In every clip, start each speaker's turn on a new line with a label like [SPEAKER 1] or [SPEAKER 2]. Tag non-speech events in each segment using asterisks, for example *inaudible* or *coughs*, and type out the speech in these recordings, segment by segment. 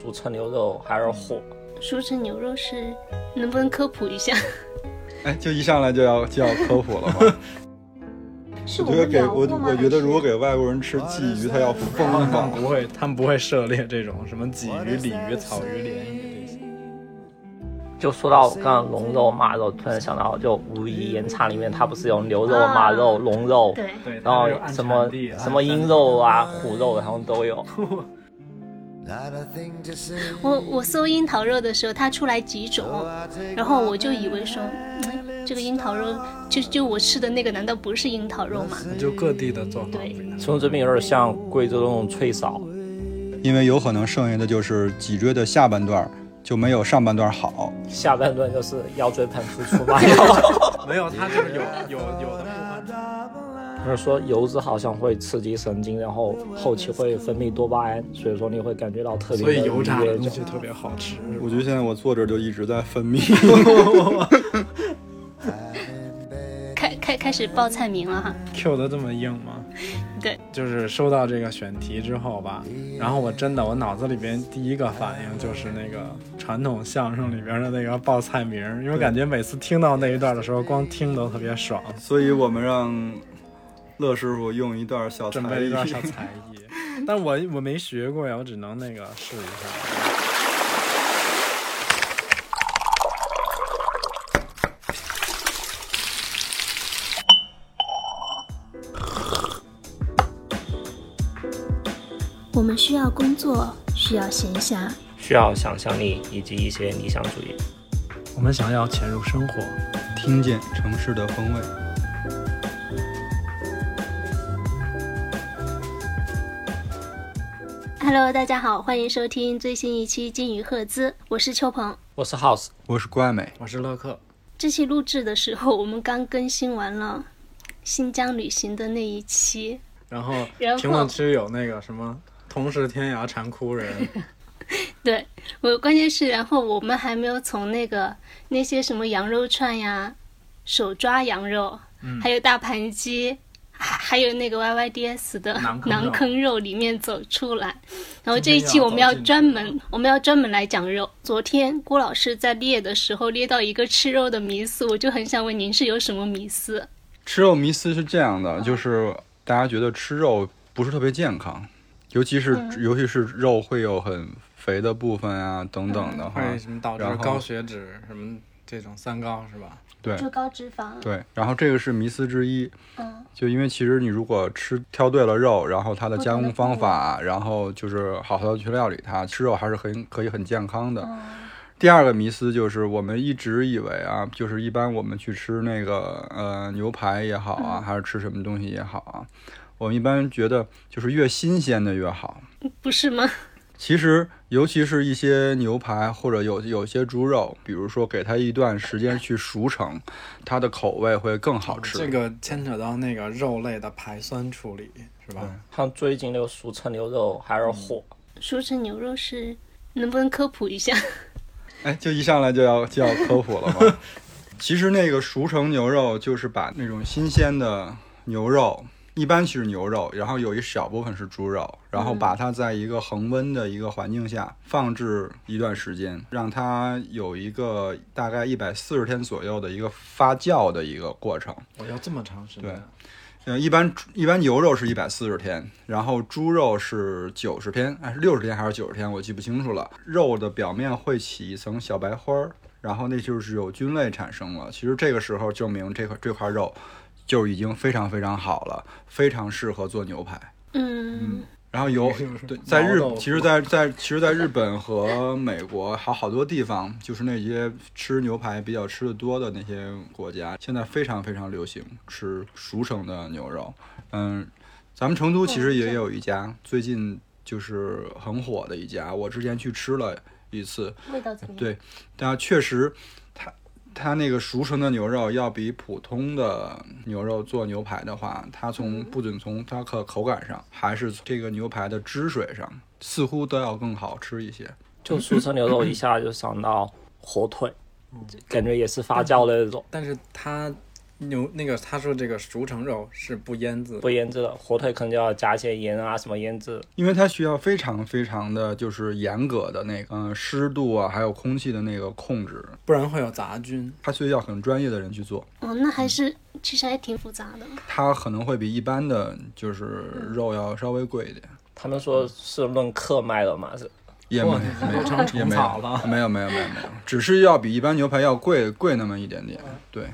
[SPEAKER 1] 俗称牛肉还是火。
[SPEAKER 2] 俗称牛肉是，能不能科普一下？ *laughs*
[SPEAKER 3] 哎，就一上来就要就要科普了
[SPEAKER 2] *laughs*
[SPEAKER 3] 吗？
[SPEAKER 2] 是
[SPEAKER 3] 我觉得
[SPEAKER 2] 们
[SPEAKER 3] 给
[SPEAKER 2] 聊
[SPEAKER 3] 我
[SPEAKER 2] 过吗？
[SPEAKER 3] 我觉得
[SPEAKER 2] 还是
[SPEAKER 3] 如果给外国人吃
[SPEAKER 4] 啊
[SPEAKER 3] 鲫鱼，他要疯
[SPEAKER 4] 他
[SPEAKER 3] 吧
[SPEAKER 4] 们。不会，他们不会涉猎这种什么鲫鱼、鲤鱼、草鱼、鲢鱼这些。嗯
[SPEAKER 1] 就说到刚刚龙肉、马肉，突然想到，就五一盐场里面，它不是有牛肉、
[SPEAKER 2] 啊
[SPEAKER 1] 马肉、龙肉，
[SPEAKER 2] 对，
[SPEAKER 4] 嗯对，
[SPEAKER 1] 然
[SPEAKER 4] 他
[SPEAKER 1] 后
[SPEAKER 4] 们有暗
[SPEAKER 1] 什么
[SPEAKER 4] 产地啊
[SPEAKER 1] 什么鹰肉啊、虎肉，然后都有。
[SPEAKER 5] Not a thing to say.
[SPEAKER 2] 我我搜樱桃肉的时候，它出来几种，然后我就以为说，嗯、这个樱桃肉就就我吃的那个，难道不是樱桃肉吗？
[SPEAKER 4] 就各地的做法不
[SPEAKER 2] 对
[SPEAKER 4] 一样。
[SPEAKER 1] 从这边有点像贵州那种脆苕，
[SPEAKER 3] 因为有可能剩下的就是脊椎的下半段儿就没有上半段儿好。
[SPEAKER 1] 下半段就是腰椎盘突出
[SPEAKER 4] *laughs*
[SPEAKER 1] 嘛。然后
[SPEAKER 4] 没有，它就是有 *laughs* 有有的部分。
[SPEAKER 1] 他说油脂好像会刺激神经，然后后期会分泌多巴胺，所以说你会感觉到特别
[SPEAKER 4] 所
[SPEAKER 1] 的愉
[SPEAKER 4] 以
[SPEAKER 1] 悦。
[SPEAKER 4] 油炸的东西
[SPEAKER 1] 就
[SPEAKER 4] 特别好吃。
[SPEAKER 3] 我觉得现在我坐这儿就一直在分泌。
[SPEAKER 4] *laughs*
[SPEAKER 2] 开开开始报菜名了哈，
[SPEAKER 4] Q 的这么硬吗？
[SPEAKER 2] 对，
[SPEAKER 4] 就是收到这个选题之后吧，然后我真的我脑子里边第一个反应就是那个传统相声里边的那个报菜名儿，因为感觉每次听到那一段的时候，光听都特别 *laughs* 爽，
[SPEAKER 3] 所以我们让乐师傅用一段小才
[SPEAKER 4] 准
[SPEAKER 3] 艺，
[SPEAKER 4] 备了一段小才艺。但我我没学过呀，我只能那个试一下。
[SPEAKER 6] 我们需要工作，需要闲暇，
[SPEAKER 1] 需要想象力以及一些理想主义。
[SPEAKER 4] 我们想要潜入生活，
[SPEAKER 3] 听见城市的风味。
[SPEAKER 2] Hello，大家好，欢迎收听最新一期《金鱼赫兹》，我是秋鹏。
[SPEAKER 1] 我是 House，
[SPEAKER 3] 我是怪美，
[SPEAKER 4] 我是乐克。
[SPEAKER 2] 这期录制的时候，我们刚更新完了新疆旅行的那一期，
[SPEAKER 4] 然后
[SPEAKER 2] 然后
[SPEAKER 4] 评论区有那个什么“同是天涯馋哭人 *laughs*
[SPEAKER 2] 对我关键是，然后我们还没有从那个那些什么羊肉串呀、手抓羊肉，
[SPEAKER 4] 嗯
[SPEAKER 2] 还有大盘鸡，还还有那个 YYDS 的
[SPEAKER 4] 馕坑
[SPEAKER 2] 馕
[SPEAKER 4] 肉
[SPEAKER 2] 坑肉里面走出来。然后这
[SPEAKER 4] 今天
[SPEAKER 2] 一期
[SPEAKER 4] 要
[SPEAKER 2] 我们要
[SPEAKER 4] 走进去
[SPEAKER 2] 专
[SPEAKER 4] 了
[SPEAKER 2] 门我们要专门来讲肉。昨天郭老师在列的时候列到一个吃肉的迷思，我就很想问您是有什么迷思？
[SPEAKER 3] 吃肉迷思是这样的，就是大家觉得吃肉不是特别健康，尤其是、
[SPEAKER 2] 嗯
[SPEAKER 3] 尤其是肉会有很肥的部分啊等等的”，话，
[SPEAKER 4] 嗯会什么导致
[SPEAKER 3] 然后
[SPEAKER 4] 高血脂什么这种三高是吧？
[SPEAKER 3] 对
[SPEAKER 2] 高脂肪，啊
[SPEAKER 3] 对。然后这个是迷思之一，
[SPEAKER 2] 嗯，
[SPEAKER 3] 就因为其实你如果吃挑对了肉，然后它的
[SPEAKER 2] 不
[SPEAKER 3] 加
[SPEAKER 2] 同的
[SPEAKER 3] 工
[SPEAKER 2] 部
[SPEAKER 3] 方
[SPEAKER 2] 位
[SPEAKER 3] 法，然后就是好好的去料理它，吃肉还是很可以很健康的。
[SPEAKER 2] 嗯
[SPEAKER 3] 第二个迷思就是我们一直以为啊，就是一般我们去吃那个呃牛排也好
[SPEAKER 2] 嗯
[SPEAKER 3] 啊，还是吃什么东西也好啊，我们一般觉得就是越新鲜的越好。
[SPEAKER 2] 不是吗？
[SPEAKER 3] 其实，尤其是一些牛排或者有有些猪肉，比如说给它一段时间去熟成，它的口味会更好吃。
[SPEAKER 4] 这个牵扯到那个肉类的排酸处理，是吧？
[SPEAKER 1] 像最近那个俗称牛肉还是火，
[SPEAKER 2] 熟成牛肉是能不能科普一下？
[SPEAKER 3] 哎，就一上来就要就要科普了
[SPEAKER 4] *laughs*
[SPEAKER 3] 吗？其实那个熟成牛肉就是把那种新鲜的牛肉，一般是牛肉，然后有一小部分是猪肉，然后把它在一个恒温的一个环境下放置一段时间，让它有一个大概一百四十天左右的一个发酵的一个过程。
[SPEAKER 4] 我要这么长时
[SPEAKER 3] 对
[SPEAKER 4] 间，
[SPEAKER 3] 呃，一般一般牛肉是一百四十天，然后猪肉是九十天，哎，是六十天还是九十天，我记不清楚了。肉的表面会起一层小白花儿，然后那就是有菌类产生了。其实这个时候证明这块这块肉就已经非常非常好了，非常适合做牛排。
[SPEAKER 2] 嗯
[SPEAKER 3] 然后
[SPEAKER 4] *laughs*
[SPEAKER 3] 有对，在
[SPEAKER 4] 毛
[SPEAKER 3] 日
[SPEAKER 4] 豆，腐
[SPEAKER 3] 其实在，在其实，在日本和美国，还有好多地方，就是那些吃牛排比较吃的多的那些国家，现在非常非常流行吃熟成的牛肉。嗯，咱们成都其实
[SPEAKER 4] 嗯
[SPEAKER 3] 也有一家，最近就是很火的一家，我之前去吃了一次，
[SPEAKER 2] 味道怎么
[SPEAKER 3] 对，但确实它。它那个熟成的牛肉要比普通的牛肉做牛排的话，它从不仅从它可口感上，还是从这个牛排的汁水上，似乎都要更好吃一些。
[SPEAKER 1] 就俗称牛肉一
[SPEAKER 2] 嗯
[SPEAKER 1] 下就想到火腿，感觉也是发酵的那种。
[SPEAKER 4] 但是它牛那个他说这个熟成肉是不腌制，
[SPEAKER 1] 不腌制的，火腿可能就要加一些盐啊什么腌制。
[SPEAKER 3] 因为它需要非常非常的就是严格的那个嗯、呃湿度啊，还有空气的那个控制，
[SPEAKER 4] 不然会有杂菌。
[SPEAKER 3] 它需要很专业的人去做，
[SPEAKER 2] 哦，那还是其实还挺复杂的。
[SPEAKER 3] 它可能会比一般的就是肉要稍微贵一点。
[SPEAKER 1] 他们说是论克卖的嘛，是
[SPEAKER 3] 也没
[SPEAKER 4] 哇
[SPEAKER 3] 没
[SPEAKER 4] 都成
[SPEAKER 3] 也
[SPEAKER 4] 虫
[SPEAKER 3] 没
[SPEAKER 4] 草
[SPEAKER 3] 有
[SPEAKER 4] 了，
[SPEAKER 3] 没有没有没有没有，只是要比一般牛排要贵贵那么一点点。对，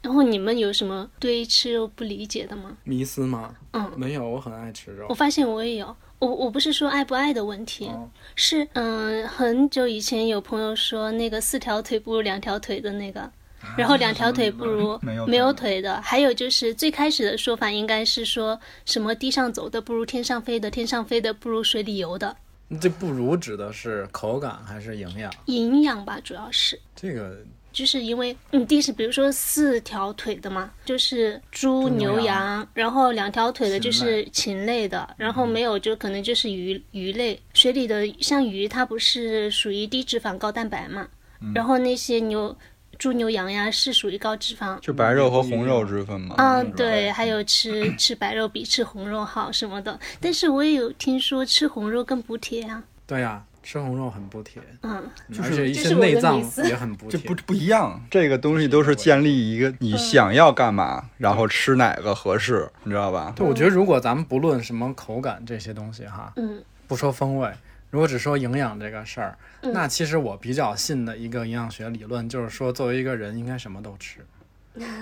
[SPEAKER 2] 然后你们有什么对吃肉不理解的吗？
[SPEAKER 4] 迷思吗？
[SPEAKER 2] 嗯
[SPEAKER 4] 没有，我很爱吃肉
[SPEAKER 2] 我。发现我也有，我我不是说爱不爱的问题，是嗯、很久以前有朋友说那个四条腿不如两条腿的那个，然后两条腿不如
[SPEAKER 3] 啊没有
[SPEAKER 2] 没有
[SPEAKER 3] 腿
[SPEAKER 2] 腿的，还有就是最开始的说法应该是说什么地上走的不如天上飞的，天上飞的不如水里游的，
[SPEAKER 4] 这不如指的是口感还是营养？
[SPEAKER 2] 营养吧主要是。
[SPEAKER 4] 这个
[SPEAKER 2] 就是因为你地是比如说四条腿的嘛，就是猪、
[SPEAKER 4] 牛
[SPEAKER 2] 牛、
[SPEAKER 4] 羊
[SPEAKER 2] 羊，然后两条腿的就
[SPEAKER 4] 禽
[SPEAKER 2] 是禽类嗯的，然后没有就可能就是鱼鱼类。水里的像鱼，它不是属于低脂肪高蛋白嘛，然后那些牛、猪、牛、羊呀是属于高脂肪。
[SPEAKER 3] 就白肉和红肉之分嘛。
[SPEAKER 2] 嗯，嗯对，还有吃吃白肉比吃红肉好什么的，但是我也有听说吃红肉更补铁啊，
[SPEAKER 4] 对呀、吃红肉很补铁，
[SPEAKER 2] 嗯，
[SPEAKER 4] 而且一
[SPEAKER 2] 这
[SPEAKER 4] 些
[SPEAKER 2] 是我的
[SPEAKER 4] 内脏
[SPEAKER 2] 迷思
[SPEAKER 4] 也很补
[SPEAKER 3] 这
[SPEAKER 4] 铁。
[SPEAKER 3] 不不一样，嗯这个东西都是建立一个你想要干嘛，然后吃哪个合适，你知道吧？
[SPEAKER 4] 对，我觉得如果咱们不论什么口感这些东西哈，
[SPEAKER 2] 嗯，
[SPEAKER 4] 不说风味，如果只说营养这个事儿，那其实我比较信的一个营养学理论就是说，作为一个人应该什么都吃，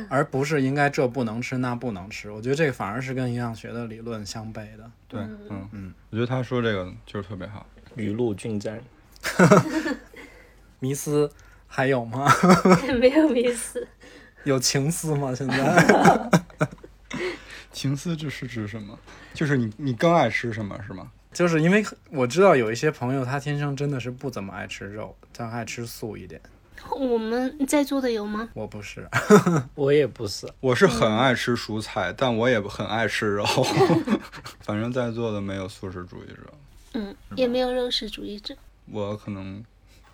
[SPEAKER 4] 而不是应该这不能吃那不能吃。我觉得这个反而是跟营养学的理论相悖的。
[SPEAKER 3] 对，嗯嗯，我觉得他说这个就是特别好。
[SPEAKER 1] 雨露均沾。
[SPEAKER 4] 迷思还有吗？ *laughs*
[SPEAKER 2] *laughs* 没有意思。
[SPEAKER 4] 有情思吗？现在 *laughs*
[SPEAKER 3] 情思这是指什么？就是你你更爱吃什么是吗？
[SPEAKER 4] 就是因为我知道有一些朋友他天生真的是不怎么爱吃肉，他爱吃素一点。
[SPEAKER 2] 我们在座的有吗？
[SPEAKER 4] 我不是， *laughs*
[SPEAKER 1] 我也不是，
[SPEAKER 3] 我是很爱吃蔬菜，但我也很爱吃 *laughs* 肉。反正在座的没有素食主义者，
[SPEAKER 2] 嗯，也没有肉食主义者。
[SPEAKER 3] 我可能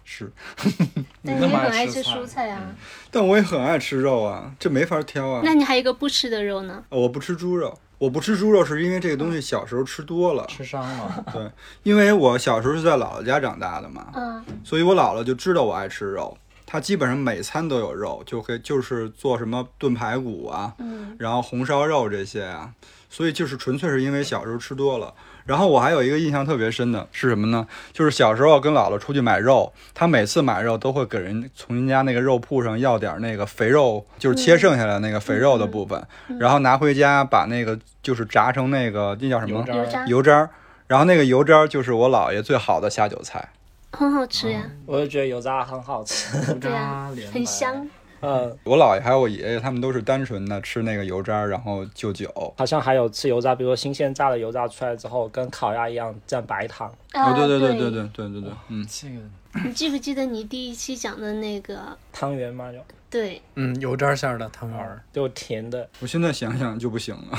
[SPEAKER 3] 是，
[SPEAKER 2] 但
[SPEAKER 4] 那
[SPEAKER 2] 你
[SPEAKER 4] 么
[SPEAKER 2] 很
[SPEAKER 4] 爱
[SPEAKER 2] 爱
[SPEAKER 4] 吃
[SPEAKER 2] 吃
[SPEAKER 4] 菜
[SPEAKER 2] 蔬菜啊，
[SPEAKER 3] 但我也很爱吃肉啊，这没法挑啊。呃
[SPEAKER 2] 那你还有一个不吃的肉呢？
[SPEAKER 3] 我不吃猪肉，我不吃猪肉是因为这个东西小时候吃多了，
[SPEAKER 4] 吃伤了。
[SPEAKER 3] 因为我小时候是在姥姥家长大的嘛，
[SPEAKER 2] 嗯，
[SPEAKER 3] 所以我姥姥就知道我爱吃肉，她基本上每餐都有肉，就可以就是做什么炖排骨啊，
[SPEAKER 2] 嗯
[SPEAKER 3] 然后红烧肉这些啊，所以就是纯粹是因为小时候吃多了。然后我还有一个印象特别深的是什么呢？就是小时候啊跟姥姥出去买肉，她每次买肉都会给人从人家那个肉铺上要点那个肥肉，就是切剩下来那个肥肉的部分，然后拿回家把那个就是炸成那个那叫什么
[SPEAKER 4] 油渣
[SPEAKER 2] 油渣
[SPEAKER 3] 油渣儿，然后那个油渣儿就是我姥爷最好的下酒菜。
[SPEAKER 2] 很好吃呀，
[SPEAKER 1] 我就觉得油炸很好吃。 *laughs*
[SPEAKER 2] 对啊
[SPEAKER 4] 连白
[SPEAKER 2] 很香。
[SPEAKER 1] 嗯，
[SPEAKER 3] 我姥爷还有我爷爷，他们都是单纯的吃那个油渣儿，然后就酒。
[SPEAKER 1] 好像还有吃油炸，比如说新鲜炸的油炸出来之后，跟烤鸭一样蘸白糖。
[SPEAKER 2] 啊，
[SPEAKER 3] 哦对对
[SPEAKER 2] 对
[SPEAKER 3] 对对对对对，嗯，
[SPEAKER 4] 这个，
[SPEAKER 2] 你记不记得你第一期讲的那个？
[SPEAKER 1] 汤圆嘛，就
[SPEAKER 2] 对，
[SPEAKER 4] 嗯，油渣馅儿的汤圆儿，
[SPEAKER 1] 就甜的，
[SPEAKER 3] 我现在想想就不行了。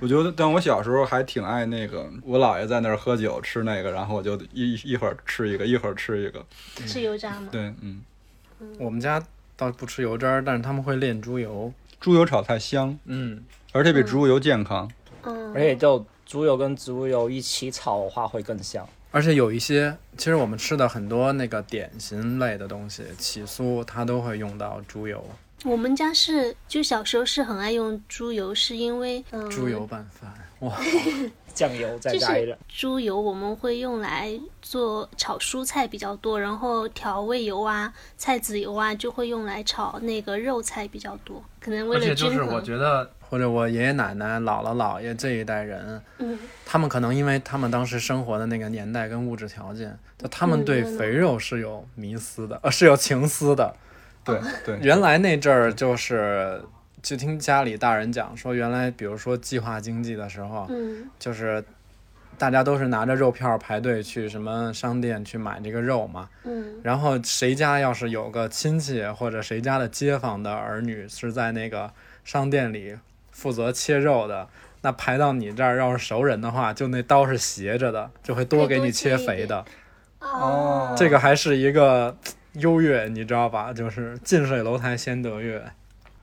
[SPEAKER 3] 我觉得，但我小时候还挺爱那个，我姥爷在那儿喝酒吃那个，然后我就一一会儿吃一个，一会儿吃一个。
[SPEAKER 2] 是油炸吗？
[SPEAKER 3] 对，嗯，
[SPEAKER 4] 我们家倒不吃油渣儿，但是他们会炼猪油。
[SPEAKER 3] 猪油炒菜香，
[SPEAKER 4] 嗯，
[SPEAKER 3] 而且比猪油健康。
[SPEAKER 2] 嗯
[SPEAKER 1] 而，且就猪油跟植物油一起炒的话会更香。
[SPEAKER 4] 而且有一些，其实我们吃的很多那个点心类的东西，起酥它都会用到猪油，
[SPEAKER 2] 我们家是就小时候是很爱用猪油，是因为嗯，
[SPEAKER 4] 猪油拌饭。哇，
[SPEAKER 1] 酱油再
[SPEAKER 2] 就
[SPEAKER 1] 加一
[SPEAKER 2] 是
[SPEAKER 1] 点，
[SPEAKER 2] 猪油我们会用来做炒蔬菜比较多，然后调味油啊、菜籽油啊就会用来炒那个肉菜比较多，可能为了均衡。
[SPEAKER 4] 得，或者我爷爷奶奶、姥姥姥爷这一代人，
[SPEAKER 2] 嗯
[SPEAKER 4] 他们可能因为他们当时生活的那个年代跟物质条件，就他们
[SPEAKER 2] 嗯
[SPEAKER 4] 对
[SPEAKER 2] 真的
[SPEAKER 4] 肥肉是有迷思的，呃，是有情思的。
[SPEAKER 3] 对对，
[SPEAKER 4] *laughs* 原来那阵儿就是，就听家里大人讲说，原来比如说计划经济的时候，
[SPEAKER 2] 嗯，
[SPEAKER 4] 就是大家都是拿着肉票排队去什么商店去买这个肉嘛。
[SPEAKER 2] 嗯，
[SPEAKER 4] 然后谁家要是有个亲戚或者谁家的街坊的儿女是在那个商店里负责切肉的，那排到你这儿要是熟人的话，就那刀是斜着的，就会多给你切肥的。
[SPEAKER 2] 哦，
[SPEAKER 4] 这个还是一个优越，你知道吧？就是近水楼台先得月。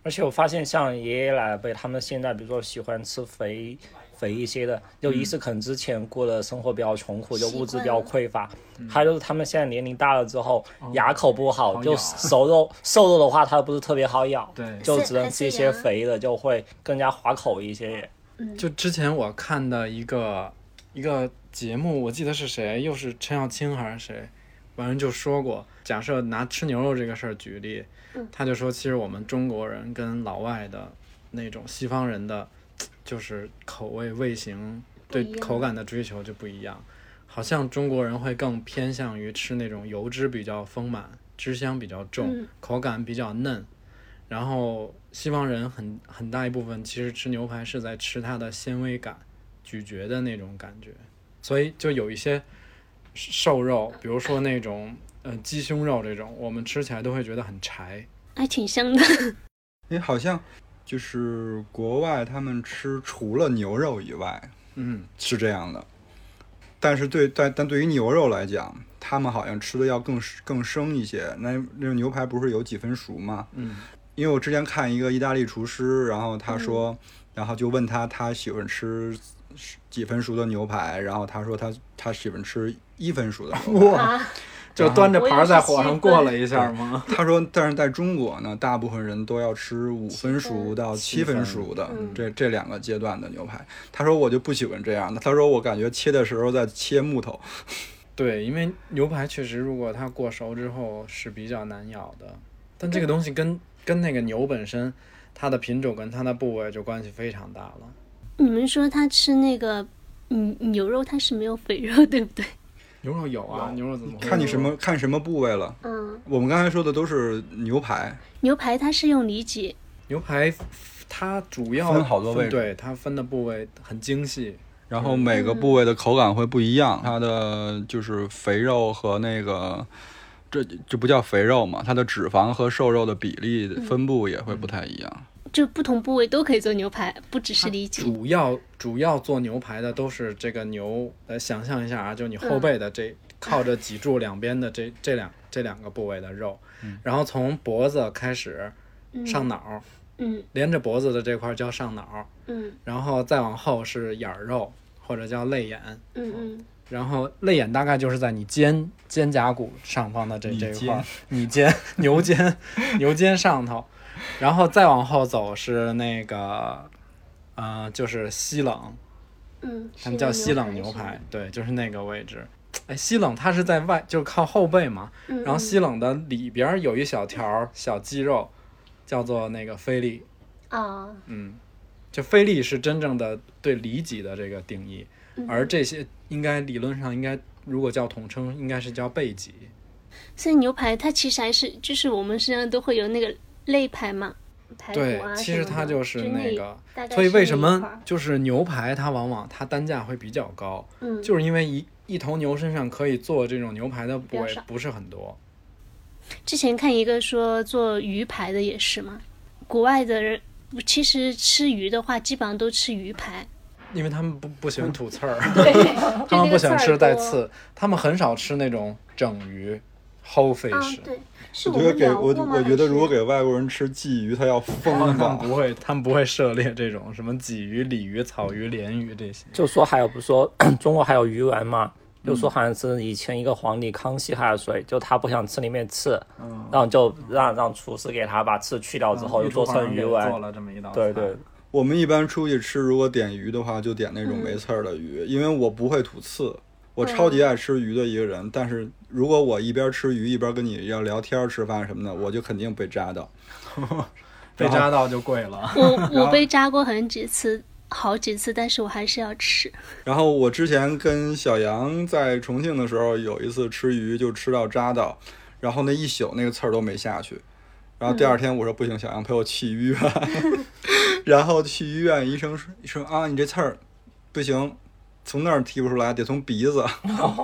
[SPEAKER 1] 而且我发现像爷爷奶奶辈，他们现在比如说喜欢吃肥肥一些的，就一
[SPEAKER 4] 嗯
[SPEAKER 1] 是可能之前过的生活比较穷苦，就
[SPEAKER 2] 习
[SPEAKER 1] 物质
[SPEAKER 2] 惯
[SPEAKER 1] 比较
[SPEAKER 2] 了
[SPEAKER 1] 匮乏；还有就是他们现在年龄大了之后，牙口不好，
[SPEAKER 4] 嗯哦好
[SPEAKER 1] 就
[SPEAKER 4] 咬
[SPEAKER 1] 熟肉瘦肉的话，它不是特别好咬，
[SPEAKER 4] 对
[SPEAKER 1] 就
[SPEAKER 2] 还
[SPEAKER 1] 只
[SPEAKER 2] 是
[SPEAKER 1] 能
[SPEAKER 2] 还
[SPEAKER 1] 吃
[SPEAKER 2] 是
[SPEAKER 1] 一些
[SPEAKER 2] 牙
[SPEAKER 1] 肥的，就会更加滑口一些。
[SPEAKER 2] 嗯
[SPEAKER 4] 就之前我看的一个一个节目，我记得是谁，又是陈小青还是谁，反正就说过，假设拿吃牛肉这个事儿举例，
[SPEAKER 2] 嗯
[SPEAKER 4] 他就说，其实我们中国人跟老外的那种西方人的，就是口味、味型对
[SPEAKER 2] 不一样
[SPEAKER 4] 口感的追求就不一样，好像中国人会更偏向于吃那种油脂比较丰满、脂香比较重、口感比较嫩，然后西方人很很大一部分其实吃牛排是在吃它的纤维感、咀嚼的那种感觉，所以就有一些瘦肉，比如说那种呃鸡胸肉这种，我们吃起来都会觉得很柴。
[SPEAKER 2] 还挺香的。 *laughs*
[SPEAKER 3] 哎，好像就是国外他们吃除了牛肉以外
[SPEAKER 4] 嗯，
[SPEAKER 3] 是这样的，但是对但但对于牛肉来讲，他们好像吃的要更更生一些。那那牛排不是有几分熟吗？
[SPEAKER 4] 嗯，
[SPEAKER 3] 因为我之前看一个意大利厨师，然后他说，然后就问他他喜欢吃几分熟的牛排，然后他说他他喜欢吃一分熟的牛排。
[SPEAKER 2] 啊，
[SPEAKER 4] 就端着盘儿在火
[SPEAKER 2] 我以为
[SPEAKER 4] 上
[SPEAKER 2] 是
[SPEAKER 4] 过了一下吗？
[SPEAKER 3] 他说，但是在中国呢，大部分人都要吃五分熟嗯到七分熟的这这两个阶段的牛排。他说我就不喜欢这样的，他说我感觉切的时候在切木头。
[SPEAKER 4] 对，因为牛排确实，如果它过熟之后是比较难咬的，但这个东西跟跟那个牛本身，它的品种跟它的部位就关系非常大了。
[SPEAKER 2] 你们说他吃那个嗯牛肉，它是没有肥肉， *laughs* 对不对？
[SPEAKER 4] 牛肉有啊，牛肉怎么会
[SPEAKER 3] 看你什么看什么部位了。
[SPEAKER 2] 嗯，
[SPEAKER 3] 我们刚才说的都是牛排，
[SPEAKER 2] 牛排它是用里脊，
[SPEAKER 4] 牛排它主要
[SPEAKER 3] 分好多位置
[SPEAKER 4] 对它分的部位很精细。
[SPEAKER 3] 然后每个部位的口感会不一样，它的就是肥肉和那个。这这不叫肥肉嘛？它的脂肪和瘦肉的比例分布也会不太一样。
[SPEAKER 2] 就不同部位都可以做牛排，不只是里脊。
[SPEAKER 4] 主要主要做牛排的都是这个牛，呃，想象一下啊，就你后背的这、靠着脊柱两边的这这两这两个部位的肉，然后从脖子开始上脑，
[SPEAKER 2] 嗯
[SPEAKER 4] 连着脖子的这块叫上脑，
[SPEAKER 2] 嗯
[SPEAKER 4] 然后再往后是眼儿肉或者叫泪眼，
[SPEAKER 2] 嗯嗯，
[SPEAKER 4] 然后泪眼大概就是在你肩肩胛骨上方的这
[SPEAKER 3] 你
[SPEAKER 4] 这一块
[SPEAKER 3] 肩
[SPEAKER 4] 儿，你肩牛肩 *laughs* 牛肩上头，然后再往后走是那个，呃，就是西冷，
[SPEAKER 2] 嗯，
[SPEAKER 4] 他们叫西冷牛排，对，就是那个位置。哎，西冷它是在外，就是靠后背嘛，
[SPEAKER 2] 嗯，
[SPEAKER 4] 然后西冷的里边儿有一小条儿小肌肉，叫做那个菲力，
[SPEAKER 2] 啊，
[SPEAKER 4] 嗯，就菲力是真正的对里脊的这个定义，
[SPEAKER 2] 嗯
[SPEAKER 4] 而这些应该理论上应该如果叫统称，应该是叫背脊。
[SPEAKER 2] 所以牛排它其实还是就是我们身上都会有那个肋排嘛，排骨
[SPEAKER 4] 对
[SPEAKER 2] 啊，
[SPEAKER 4] 其
[SPEAKER 2] 什
[SPEAKER 4] 实
[SPEAKER 2] 么的
[SPEAKER 4] 它就是那个，
[SPEAKER 2] 大概
[SPEAKER 4] 所以
[SPEAKER 2] 是那
[SPEAKER 4] 为
[SPEAKER 2] 一
[SPEAKER 4] 什
[SPEAKER 2] 块
[SPEAKER 4] 么
[SPEAKER 2] 儿
[SPEAKER 4] 就是牛排它往往它单价会比较高，
[SPEAKER 2] 嗯
[SPEAKER 4] 就是因为一一头牛身上可以做这种牛排的部
[SPEAKER 2] 较
[SPEAKER 4] 位
[SPEAKER 2] 少
[SPEAKER 4] 不是很多。
[SPEAKER 2] 之前看一个说做鱼排的也是嘛，国外的人其实吃鱼的话，基本上都吃鱼排。
[SPEAKER 4] 因为他们不不喜欢吐刺儿，
[SPEAKER 2] *laughs*
[SPEAKER 4] *laughs*
[SPEAKER 2] 对
[SPEAKER 4] 他们不喜欢吃带。
[SPEAKER 2] 就这个刺儿多
[SPEAKER 4] 刺，他们很少吃那种整鱼 whole
[SPEAKER 2] 啊
[SPEAKER 4] fish，、，
[SPEAKER 2] 对，是
[SPEAKER 3] 我觉得
[SPEAKER 2] 们
[SPEAKER 3] 给
[SPEAKER 2] 聊
[SPEAKER 3] 我
[SPEAKER 2] 过吗？
[SPEAKER 3] 我觉
[SPEAKER 2] 还
[SPEAKER 3] 得
[SPEAKER 2] 是
[SPEAKER 3] 如果给外国人吃鲫鱼，他要疯
[SPEAKER 4] 他
[SPEAKER 3] 吧 *laughs*
[SPEAKER 4] 们。不会，他们不会涉猎这种什么鲫鱼、鲤鱼、草鱼、鲢鱼这些。
[SPEAKER 1] 就说还有不是说中国还有鱼丸嘛？就
[SPEAKER 4] 嗯
[SPEAKER 1] 说好像是以前一个皇帝康熙还是谁，就他不想吃里面刺，
[SPEAKER 4] 嗯
[SPEAKER 1] 然后就让让厨师给他把刺去掉之后，又做成鱼
[SPEAKER 4] 做
[SPEAKER 1] 丸。
[SPEAKER 4] 了这么一道菜。
[SPEAKER 1] 对对，
[SPEAKER 3] 我们一般出去吃，如果点鱼的话，就点那种没刺儿的鱼，因为我不会吐刺。我超级爱吃鱼的一个人，但是如果我一边吃鱼一边跟你要聊天儿、吃饭什么的，我就肯定被扎到。
[SPEAKER 4] 被扎到就贵了。
[SPEAKER 2] 我我被扎过很几次，好几次，但是我还是要吃。
[SPEAKER 3] 然后我之前跟小杨在重庆的时候，有一次吃鱼就吃到扎到，然后那一宿那个刺儿都没下去。然后第二天我说不行，小杨陪我去医院， *laughs* 然后去医院，医生说说啊，你这刺儿不行，从那儿提不出来，得从鼻子。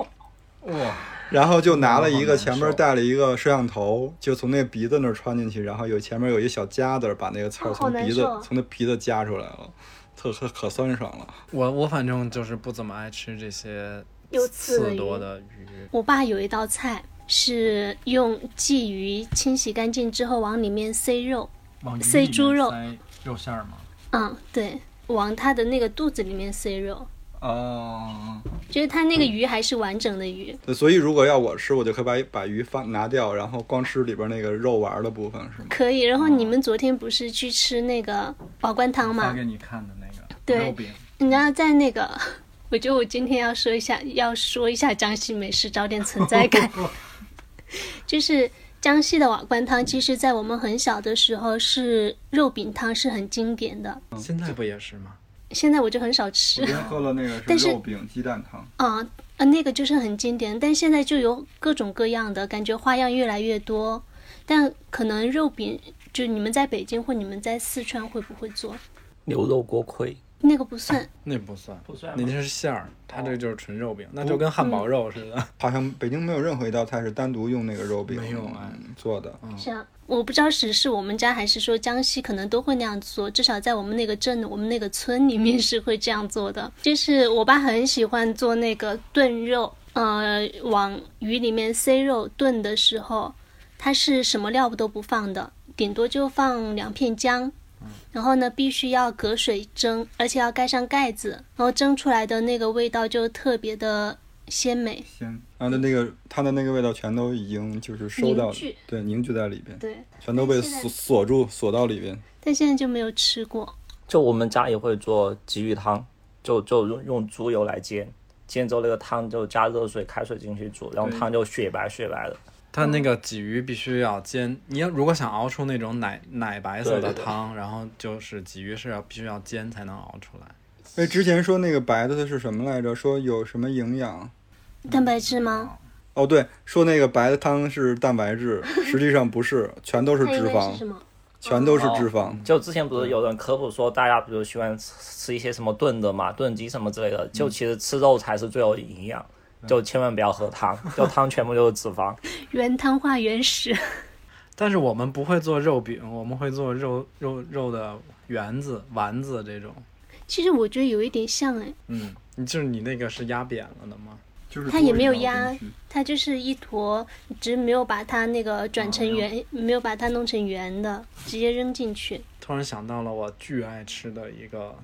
[SPEAKER 4] *laughs* 哇，
[SPEAKER 3] 然后就拿了一个
[SPEAKER 4] 好难受
[SPEAKER 3] 前面带了一个摄像头，就从那鼻子那儿穿进去，然后有前面有一小夹子，把那个刺儿
[SPEAKER 2] 哦
[SPEAKER 3] 从
[SPEAKER 2] 好难
[SPEAKER 3] 鼻子、
[SPEAKER 2] 受啊
[SPEAKER 3] 从那鼻子夹出来了，特可可酸爽了。
[SPEAKER 4] 我我反正就是不怎么爱吃这些
[SPEAKER 2] 有刺的
[SPEAKER 4] 刺
[SPEAKER 2] 鱼
[SPEAKER 4] 多的鱼。
[SPEAKER 2] 我爸有一道菜是用鲫鱼清洗干净之后往里面塞肉，
[SPEAKER 4] 往鱼里
[SPEAKER 2] 塞
[SPEAKER 4] 面
[SPEAKER 2] 猪肉
[SPEAKER 4] 塞肉馅儿吗？
[SPEAKER 2] 嗯，对，往它的那个肚子里面塞肉，
[SPEAKER 3] 哦，
[SPEAKER 2] 就是它那个鱼还是完整的鱼。
[SPEAKER 3] 对，所以如果要我吃，我就可以把把鱼放拿掉，然后光吃里边那个肉丸的部分，是吗？
[SPEAKER 2] 可以，然后你们昨天不是去吃那个宝冠汤
[SPEAKER 4] 发
[SPEAKER 2] 吗？
[SPEAKER 4] 给你看的那个
[SPEAKER 2] 对
[SPEAKER 4] 肉饼，
[SPEAKER 2] 你知道在那个， *laughs* 我觉得我今天要说一下，要说一下江西美食，找点存在感。就是江西的瓦罐汤，其实在我们很小的时候是肉饼汤是很经典的，
[SPEAKER 4] 嗯现在不也是吗？
[SPEAKER 2] 现在我就很少吃
[SPEAKER 3] 我。今天喝了那个
[SPEAKER 2] 但是
[SPEAKER 3] 肉饼鸡蛋汤，
[SPEAKER 2] 啊啊，那个就是很经典，但现在就有各种各样的感觉，花样越来越多。但可能肉饼，就你们在北京或你们在四川会不会做？
[SPEAKER 1] 牛肉锅盔，
[SPEAKER 2] 那个不算，
[SPEAKER 4] 那不算，
[SPEAKER 1] 不算吗
[SPEAKER 4] 那就是馅儿，它这就是纯肉饼，那就跟汉
[SPEAKER 2] 嗯
[SPEAKER 4] 堡肉似 *laughs* 的。
[SPEAKER 3] 好像北京没有任何一道菜是单独用那个肉饼嗯
[SPEAKER 4] 没有哎
[SPEAKER 3] 做的。
[SPEAKER 2] 是啊，我不知道是是我们家还是说江西可能都会那样做，至少在我们那个镇、我们那个村里面是会这样做的。 *laughs* 就是我爸很喜欢做那个炖肉，呃，往鱼里面塞肉炖的时候，它是什么料都不放的，顶多就放两片姜。然后呢，必须要隔水蒸，而且要盖上盖子，然后蒸出来的那个味道就特别的鲜美。
[SPEAKER 3] 鲜，然后它那个它的那个味道全都已经就是收到
[SPEAKER 2] 凝聚，
[SPEAKER 3] 对，凝聚在里边，
[SPEAKER 2] 对，
[SPEAKER 3] 全都被
[SPEAKER 2] 现在
[SPEAKER 3] 锁锁住锁到里边。
[SPEAKER 2] 但现在就没有吃过。
[SPEAKER 1] 就我们家也会做鲫鱼汤，就就用用猪油来煎，煎之后那个汤就加热水、开水进去煮，然后
[SPEAKER 3] 对
[SPEAKER 1] 汤就雪白雪白的。
[SPEAKER 4] 它那个鲫鱼必须要煎，你要如果想熬出那种奶奶白色的
[SPEAKER 1] 对对对
[SPEAKER 4] 汤，然后就是鲫鱼是要必须要煎才能熬出来。
[SPEAKER 3] 哎，之前说那个白的它是什么来着？说有什么营养？
[SPEAKER 2] 蛋白质吗？
[SPEAKER 3] 哦，对，说那个白的汤是蛋白质，实际上不是，全都是
[SPEAKER 2] 它应
[SPEAKER 3] 脂
[SPEAKER 2] 该是
[SPEAKER 3] 肪
[SPEAKER 2] 什，么？
[SPEAKER 3] 全都是脂肪。
[SPEAKER 1] 就之前不是有人科普说，大家比如喜欢吃吃一些什么炖的嘛，炖鸡什么之类的，就其实吃肉才是最有营养，就千万不要喝汤，就汤全部都是脂肪。
[SPEAKER 2] 原汤化原食，
[SPEAKER 4] 但是我们不会做肉饼，我们会做肉肉肉的圆子、丸子这种。
[SPEAKER 2] *laughs* 其实我觉得有一点像哎，
[SPEAKER 4] 嗯，你就是你那个是压扁了的吗？
[SPEAKER 3] 就是
[SPEAKER 2] 它也没有
[SPEAKER 3] 多余的
[SPEAKER 2] 压
[SPEAKER 3] 进去
[SPEAKER 2] 它就是一坨，只是没有把它那个转成圆，没有把它弄成圆的，直接扔进去。
[SPEAKER 4] 突然想到了我巨爱吃的一个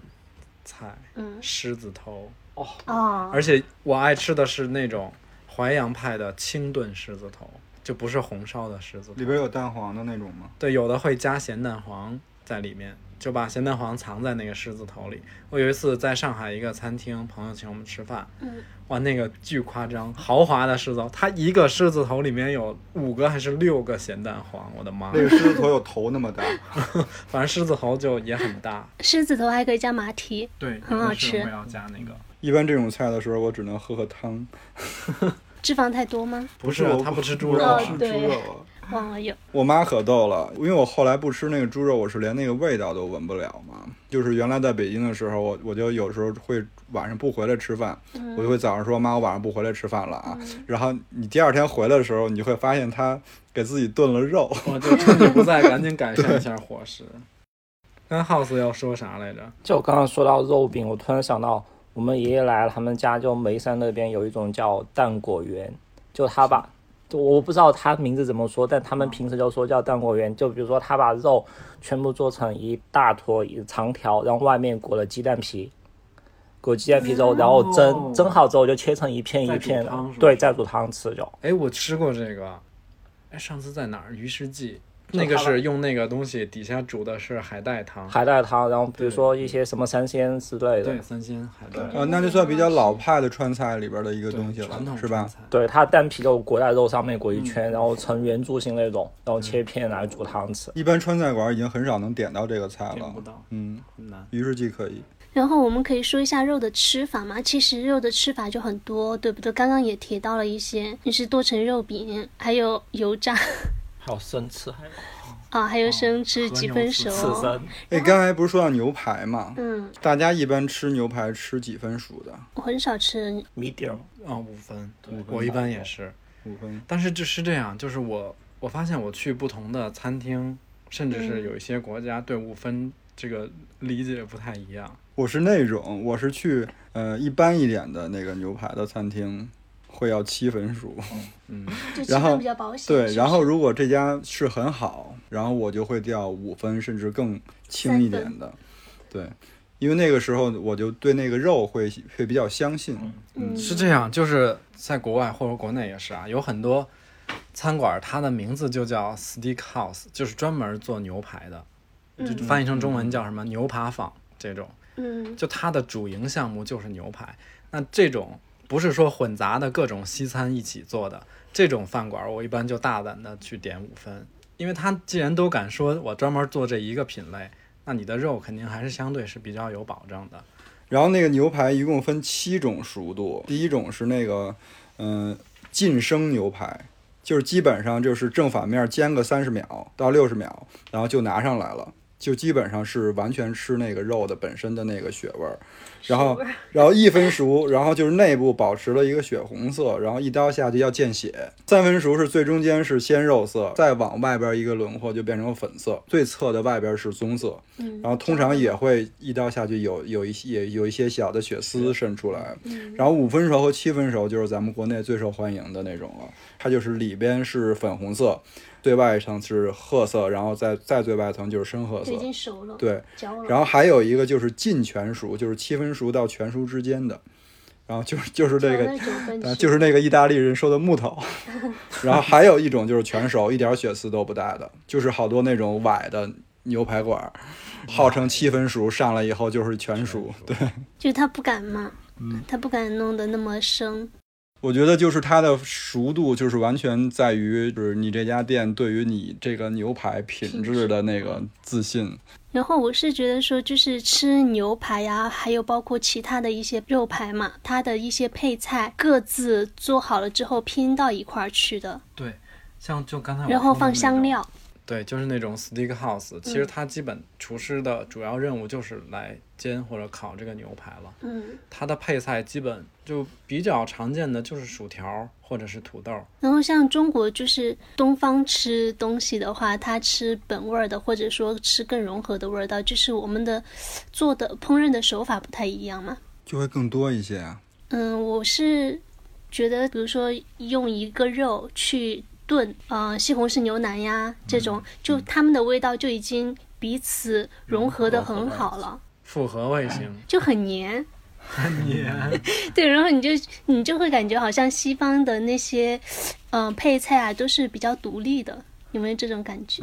[SPEAKER 4] 菜
[SPEAKER 2] 嗯
[SPEAKER 4] ——狮子头，
[SPEAKER 2] 哦，
[SPEAKER 4] 而且我爱吃的是那种淮扬派的清炖狮子头，就不是红烧的狮子头
[SPEAKER 3] 里。边有蛋黄的那种吗？
[SPEAKER 4] 对，有的会加咸蛋黄在里面，就把咸蛋黄藏在那个狮子头里。我有一次在上海一个餐厅，朋友请我们吃饭，
[SPEAKER 2] 嗯
[SPEAKER 4] 哇，那个巨夸张，豪华的狮子头，它一个狮子头里面有五个还是六个咸蛋黄，我的妈
[SPEAKER 3] *laughs* 那！个狮子头有头那么大，
[SPEAKER 4] 反正狮子头就也很大，
[SPEAKER 2] 狮子头还可以加马蹄，
[SPEAKER 4] *laughs* 对，
[SPEAKER 2] 很好吃
[SPEAKER 4] 我要加那个，
[SPEAKER 3] *laughs* 一般这种菜的时候，我只能喝喝汤。
[SPEAKER 2] 脂肪太多吗？
[SPEAKER 4] 不是
[SPEAKER 3] 我
[SPEAKER 4] 他不吃猪
[SPEAKER 3] 我
[SPEAKER 4] 肉
[SPEAKER 3] 不
[SPEAKER 4] 啊 *laughs*
[SPEAKER 2] 哦，
[SPEAKER 3] 吃
[SPEAKER 2] 对
[SPEAKER 3] 猪肉啊。
[SPEAKER 2] 忘了有，
[SPEAKER 3] 我妈可逗了，因为我后来不吃那个猪肉，我是连那个味道都闻不了嘛。就是原来在北京的时候，我我就有时候会晚上不回来吃饭，
[SPEAKER 2] 嗯
[SPEAKER 3] 我就会早上说妈，我晚上不回来吃饭了啊。然后你第二天回来的时候，你就会发现她给自己炖
[SPEAKER 2] *laughs*
[SPEAKER 3] 了肉。
[SPEAKER 4] 我就趁你不在，赶紧改善一下伙 *laughs* 食。刚 House 要说啥来着？
[SPEAKER 1] 就我刚刚说到肉饼，我突然想到，我们爷爷来了，他们家就眉山那边有一种叫蛋果园，就他把，就我不知道他名字怎么说，但他们
[SPEAKER 4] 哦
[SPEAKER 1] 平时就说叫蛋果园。就比如说他把肉全部做成一大坨一长条，然后外面裹了鸡蛋皮，裹鸡蛋皮之后，然后蒸蒸好之后就切成一片
[SPEAKER 4] 哦再
[SPEAKER 1] 一
[SPEAKER 4] 煮
[SPEAKER 1] 片的
[SPEAKER 4] 汤是，吧
[SPEAKER 1] 对，再煮汤吃就。
[SPEAKER 4] 哎，我吃过这个，哎，上次在哪儿？鱼食记，
[SPEAKER 1] 就
[SPEAKER 4] 那个
[SPEAKER 1] 它把
[SPEAKER 4] 是用那个东西底下煮的是海带汤，
[SPEAKER 1] 海带汤，然后比如说一些什么三鲜之类的
[SPEAKER 4] 对，，三鲜海带，
[SPEAKER 3] 呃，那就算比较
[SPEAKER 2] 嗯
[SPEAKER 3] 老派的川菜里边的一个东西
[SPEAKER 4] 对传
[SPEAKER 3] 了，
[SPEAKER 4] 统
[SPEAKER 3] 是吧
[SPEAKER 4] 川？菜
[SPEAKER 1] 对，它蛋皮就裹在肉上面裹一圈，然后呈圆柱形那种，然后切片来煮汤吃。
[SPEAKER 3] 一般川菜馆已经很少能点到这个菜
[SPEAKER 4] 点不
[SPEAKER 3] 了。
[SPEAKER 4] 到，
[SPEAKER 3] 嗯，
[SPEAKER 4] 很难。
[SPEAKER 3] 鱼翅记可以。
[SPEAKER 2] 然后我们可以说一下肉的吃法嘛，其实肉的吃法就很多，对不对？刚刚也提到了一些，就是剁成肉饼，还有油炸 *laughs*
[SPEAKER 1] 还有生吃，还有
[SPEAKER 2] 啊，还有生吃
[SPEAKER 4] 和
[SPEAKER 2] 几
[SPEAKER 4] 牛
[SPEAKER 2] 分
[SPEAKER 4] 刺
[SPEAKER 2] 熟，
[SPEAKER 1] 刺身，
[SPEAKER 3] 哎，刚才不是说到牛排嘛？
[SPEAKER 2] 嗯，
[SPEAKER 3] 大家一般吃牛排吃几分熟的？
[SPEAKER 2] 我很少吃，
[SPEAKER 1] medium
[SPEAKER 4] 啊、五分，
[SPEAKER 3] 五分嗯
[SPEAKER 4] 我一般也是。
[SPEAKER 3] 五分。
[SPEAKER 4] 但是这是这样，就是我我发现我去不同的餐厅，甚至是有一些国家对五分这个理解不太一样。
[SPEAKER 3] 我是那种，我是去呃一般一点的那个牛排的餐厅，会要七分熟。
[SPEAKER 2] 就质
[SPEAKER 3] 然后
[SPEAKER 2] 量比较保险。
[SPEAKER 3] 对，
[SPEAKER 2] 哦是
[SPEAKER 3] 然
[SPEAKER 2] 不
[SPEAKER 3] 后
[SPEAKER 2] 是
[SPEAKER 3] 如果这家是很好，然后我就会掉五分甚至更轻
[SPEAKER 2] 三分
[SPEAKER 3] 一点的，对，因为那个时候我就对那个肉会会比较相信，
[SPEAKER 2] 嗯
[SPEAKER 4] 是这样，就是在国外或者国内也是啊，有很多餐馆，它的名字就叫 steak house，就是专门做牛排的，就翻译成中文叫什么牛扒坊这种。
[SPEAKER 2] 嗯
[SPEAKER 4] 就它的主营项目就是牛排。那这种不是说混杂的各种西餐一起做的这种饭馆儿，我一般就大胆的去点五分，因为它既然都敢说我专门做这一个品类，那你的肉肯定还是相对是比较有保障的。
[SPEAKER 3] 然后那个牛排一共分七种熟度，第一种是那个，嗯、晋升牛排，就是基本上就是正反面煎个三十秒到六十秒，然后就拿上来了，就基本上是完全吃那个肉的本身的那个血味儿，然后 *laughs* 然后一分熟，然后就是内部保持了一个血红色，然后一刀下去要见血。三分熟是最中间是鲜肉色，再往外边一个轮廓就变成粉色，最侧的外边是棕色，然后通常也会一刀下去有有一些也有一些小的血丝渗出来，然后五分熟和七分熟就是咱们国内最受欢迎的那种了，它就是里边是粉红色，最外层是褐色，然后再再最外层就是深褐色
[SPEAKER 2] 就已，经熟了，，
[SPEAKER 3] 对，
[SPEAKER 2] 焦了。
[SPEAKER 3] 然后还有一个就是近全熟，就是七分熟到全熟之间的，然后就是就是这个
[SPEAKER 2] 调到九分
[SPEAKER 3] 呃，
[SPEAKER 2] 熟
[SPEAKER 3] 就是那个意大利人说的木 *laughs* 头。然后还有一种就是全熟，一点血丝都不带的，就是好多那种崴的牛排馆儿，号称七分熟，上来以后就是全熟。对，
[SPEAKER 2] 就是他不敢嘛，
[SPEAKER 3] 嗯
[SPEAKER 2] 他不敢弄得那么生，
[SPEAKER 3] 我觉得就是它的熟度，就是完全在于就是你这家店对于你这个牛排品质嗯的那个自信。
[SPEAKER 2] 然后我是觉得说，就是吃牛排呀、还有包括其他的一些肉排嘛，它的一些配菜各自做好了之后拼到一块儿去的，
[SPEAKER 4] 对，像就刚才
[SPEAKER 2] 然后放香料，
[SPEAKER 4] 对，就是那种 steak house，其实它基本厨师的主要任务就是来煎或者烤这个牛排了。
[SPEAKER 2] 嗯，
[SPEAKER 4] 它的配菜基本就比较常见的就是薯条或者是土豆，
[SPEAKER 2] 然后像中国就是东方吃东西的话，它吃本味儿的，或者说吃更融合的味道，就是我们的做的烹饪的手法不太一样嘛，
[SPEAKER 3] 就会更多一些啊，
[SPEAKER 2] 嗯，我是觉得，比如说用一个肉去炖，呃，西红柿牛腩呀这种，就它们的味道就已经彼此融合的很好了，
[SPEAKER 4] 复合味型。
[SPEAKER 2] 就很黏。 *laughs* 很黏，对，然后你就你就会感觉好像西方的那些，嗯、配菜啊都是比较独立的，有没有这种感觉？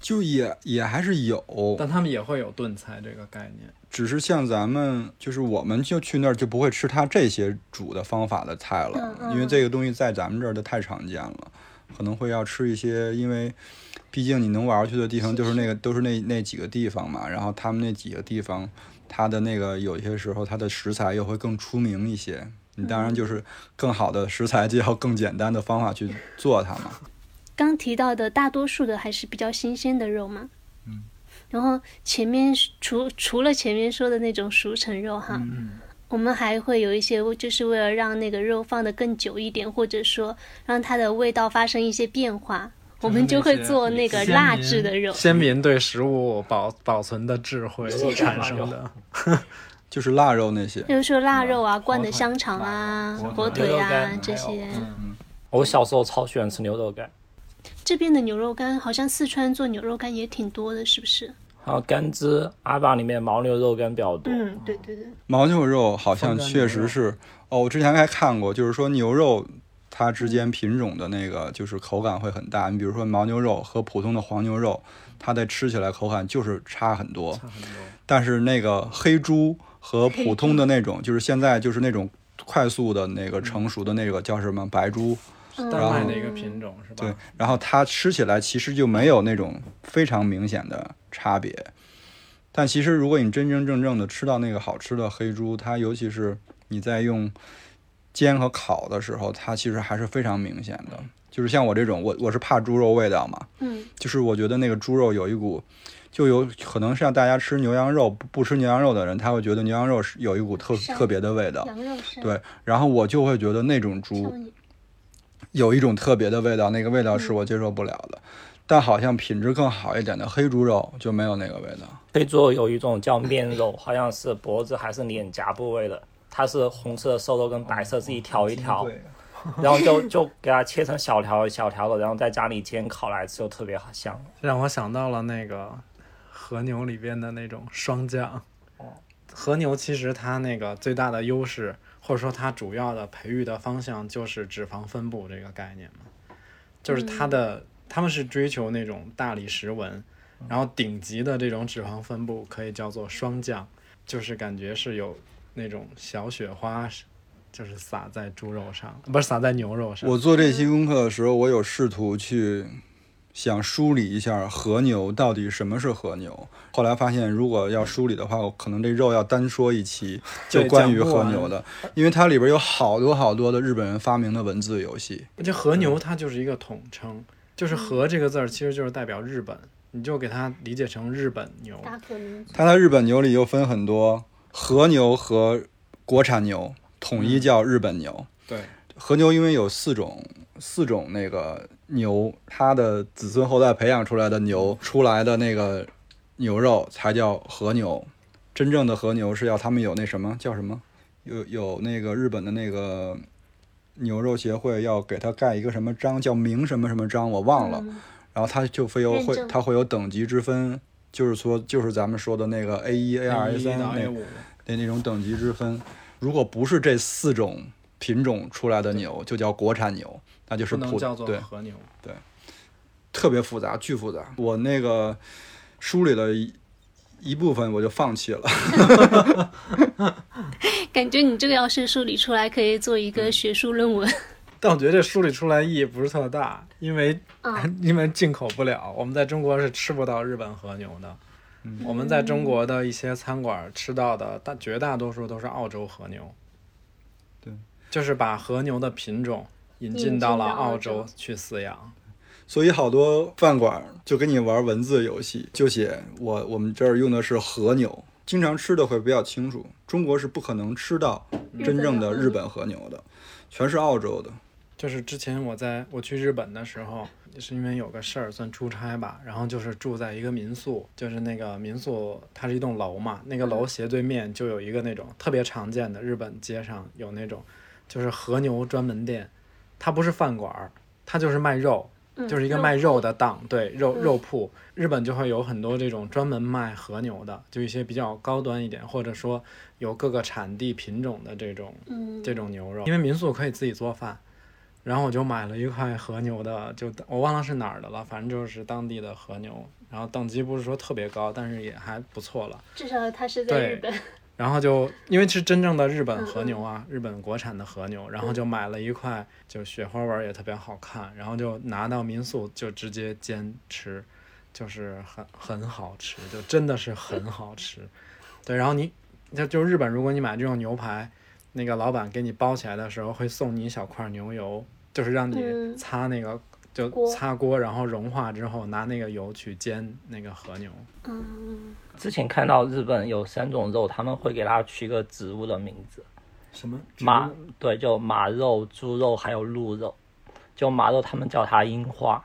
[SPEAKER 3] 就也也还是有，
[SPEAKER 4] 但他们也会有炖菜这个概念。
[SPEAKER 3] 只是像咱们，就是我们就去那儿就不会吃它这些煮的方法的菜了，
[SPEAKER 2] 嗯嗯
[SPEAKER 3] 因为这个东西在咱们这儿的太常见了，可能会要吃一些，因为毕竟你能玩儿去的地方就是那个都是那那几个地方嘛，然后他们那几个地方，它的那个有些时候它的食材又会更出名一些，你当然就是更好的食材就要更简单的方法去做它嘛。
[SPEAKER 2] 刚提到的大多数的还是比较新鲜的肉嘛。然后前面除除了前面说的那种熟成肉哈，我们还会有一些，就是为了让那个肉放得更久一点，或者说让它的味道发生一些变化，我们就会做那个蜡制的嗯肉。
[SPEAKER 4] 先民对食物保保存的智慧所产生的。
[SPEAKER 3] 就是腊肉那些
[SPEAKER 2] 比，如说腊肉啊、灌的香肠啊、火腿
[SPEAKER 1] 牛肉干还
[SPEAKER 2] 啊
[SPEAKER 1] 有
[SPEAKER 2] 这些，
[SPEAKER 1] 我小时候超喜欢吃牛肉干，
[SPEAKER 2] 这边的牛肉干好像四川做牛肉干也挺多的，是不是？
[SPEAKER 1] 还有干汁，阿坝里面牦牛肉干比较多。
[SPEAKER 2] 嗯，对对对，
[SPEAKER 3] 牦牛肉好像
[SPEAKER 4] 风干
[SPEAKER 3] 确
[SPEAKER 4] 牛
[SPEAKER 3] 实
[SPEAKER 4] 肉
[SPEAKER 3] 是哦，我之前还看过，就是说牛肉它之间品种的那个就是口感会很大。你比如说牦牛肉和普通的黄牛肉，它在吃起来口感就是差很多。但是那个黑猪和普通的那种，就是现在就是那种快速的那个成熟的那个叫什么白猪，
[SPEAKER 4] 丹麦那个品种是吧？
[SPEAKER 3] 对，然后它吃起来其实就没有那种非常明显的差别。但其实如果你真真正正的吃到那个好吃的黑猪，它尤其是你在用煎和烤的时候，它其实还是非常明显的。就是像我这种，我我是怕猪肉味道嘛，
[SPEAKER 2] 嗯，
[SPEAKER 3] 就是我觉得那个猪肉有一股，就有可能像大家吃牛羊肉不不吃牛羊肉的人，他会觉得牛羊肉是有一股特
[SPEAKER 2] 膻
[SPEAKER 3] 特别的味道，
[SPEAKER 2] 羊肉是
[SPEAKER 3] 对。然后我就会觉得那种猪，有一种特别的味道，那个味道是
[SPEAKER 4] 嗯
[SPEAKER 3] 我接受不了的。但好像品质更好一点的黑猪肉就没有那个味道。
[SPEAKER 1] 黑猪肉有一种叫面肉，好像嗯是脖子还是脸颊部位的，它是红色的瘦肉跟白色自己挑一挑，然后就就给它切成小条小条的，然后在家里煎烤来吃，就特别好香。
[SPEAKER 4] 让我想到了那个和牛里边的那种霜降。和牛其实它那个最大的优势，或者说它主要的培育的方向就是脂肪分布这个概念嘛，就是它的他们是追求那种大理石纹，然后顶级的这种脂肪分布可以叫做霜降，就是感觉是有那种小雪花，就是撒在猪肉上，不是撒在牛肉上。
[SPEAKER 3] 我做这期功课的时候，我有试图去想梳理一下和牛到底什么是和牛。后来发现，如果要梳理的话，我可能这肉要单说一
[SPEAKER 4] *laughs*
[SPEAKER 3] 期，就
[SPEAKER 4] 对
[SPEAKER 3] 关于
[SPEAKER 4] 讲不
[SPEAKER 3] 和
[SPEAKER 4] 完
[SPEAKER 3] 牛的，因为它里边有好多好多的日本人发明的文字游戏。
[SPEAKER 4] 而且和
[SPEAKER 3] 嗯
[SPEAKER 4] 牛它就是一个统称，就是和这个字儿其实就是代表日本，你就给它理解成日本牛。
[SPEAKER 7] 大可名
[SPEAKER 3] 它在日本牛里又分很多和牛和国产牛，统
[SPEAKER 4] 嗯
[SPEAKER 3] 一叫日本牛。
[SPEAKER 4] 对，
[SPEAKER 3] 和牛因为有四种四种那个牛，它的子孙后代培养出来的牛出来的那个牛肉才叫和牛。真正的和牛是要他们有那什么叫什么，有有那个日本的那个牛肉协会要给它盖一个什么章，叫明什么什么章，我忘了。然后它就会有
[SPEAKER 7] 嗯认
[SPEAKER 3] 会
[SPEAKER 7] 证
[SPEAKER 3] 它会有等级之分，就是说就是咱们说的那个 A 一、A 二、A
[SPEAKER 4] 一
[SPEAKER 3] 三
[SPEAKER 4] 到
[SPEAKER 3] 那
[SPEAKER 4] A 五，
[SPEAKER 3] 那那种等级之分，如果不是这四种品种出来的牛，就叫国产牛，那就是
[SPEAKER 4] 不能
[SPEAKER 3] 普
[SPEAKER 4] 叫做
[SPEAKER 3] 对，
[SPEAKER 4] 和牛。
[SPEAKER 3] 特别复杂，巨复杂。我那个梳理了一一部分，我就放弃了。 *laughs*
[SPEAKER 2] 感觉你这个要是梳理出来，可以做一个学术论文。
[SPEAKER 4] 但我觉得这梳理出来意义不是特大，因为、 *laughs* 因为进口不了，我们在中国是吃不到日本和牛的。
[SPEAKER 3] 嗯
[SPEAKER 4] 我们在中国的一些餐馆吃到的大绝大多数都是澳洲和牛。
[SPEAKER 3] 对，
[SPEAKER 4] 就是把和牛的品种引
[SPEAKER 7] 引
[SPEAKER 4] 进
[SPEAKER 7] 进
[SPEAKER 4] 到了
[SPEAKER 7] 到澳
[SPEAKER 4] 澳
[SPEAKER 7] 洲
[SPEAKER 4] 洲去饲养。
[SPEAKER 3] 所以好多饭馆就跟你玩文字游戏，就写我我们这儿用的是和牛，经常吃的会比较清楚。中国是不可能吃到真正的日本和牛的，全是澳洲的。
[SPEAKER 4] 就是之前我在我去日本的时候，是因为有个事儿算出差吧，然后就是住在一个民宿，就是那个民宿它是一栋楼嘛，那个楼斜对面就有一个那种特别常见的日本街上有那种就是和牛专门店，它不是饭馆儿，它就是卖肉，就是一个卖肉的档，对，肉肉铺。日本就会有很多这种专门卖和牛的，就一些比较高端一点，或者说有各个产地品种的这种
[SPEAKER 2] 嗯
[SPEAKER 4] 这种牛肉，因为民宿可以自己做饭。然后我就买了一块和牛的，就我忘了是哪儿的了，反正就是当地的和牛，然后等级不是说特别高，但是也还不错了。
[SPEAKER 7] 至少他是在
[SPEAKER 4] 对
[SPEAKER 7] 日本。
[SPEAKER 4] 然后就因为是真正的日本和牛啊，日本国产的和牛，然后就买了一块，就雪花纹也特别好看，然后就拿到民宿就直接煎吃，就是很很好吃，就真的是很好吃。对，然后你就就日本，如果你买这种牛排，那个老板给你包起来的时候会送你一小块牛油，就是让你
[SPEAKER 7] 嗯
[SPEAKER 4] 擦那个。就
[SPEAKER 7] 锅
[SPEAKER 4] 擦锅，然后融化之后拿那个油去煎那个和牛。
[SPEAKER 1] 之前看到日本有三种肉，他们会给它取一个植物的名字，
[SPEAKER 4] 什么？
[SPEAKER 1] 马对，就马肉、猪肉还有鹿肉。就马肉他们叫它樱花，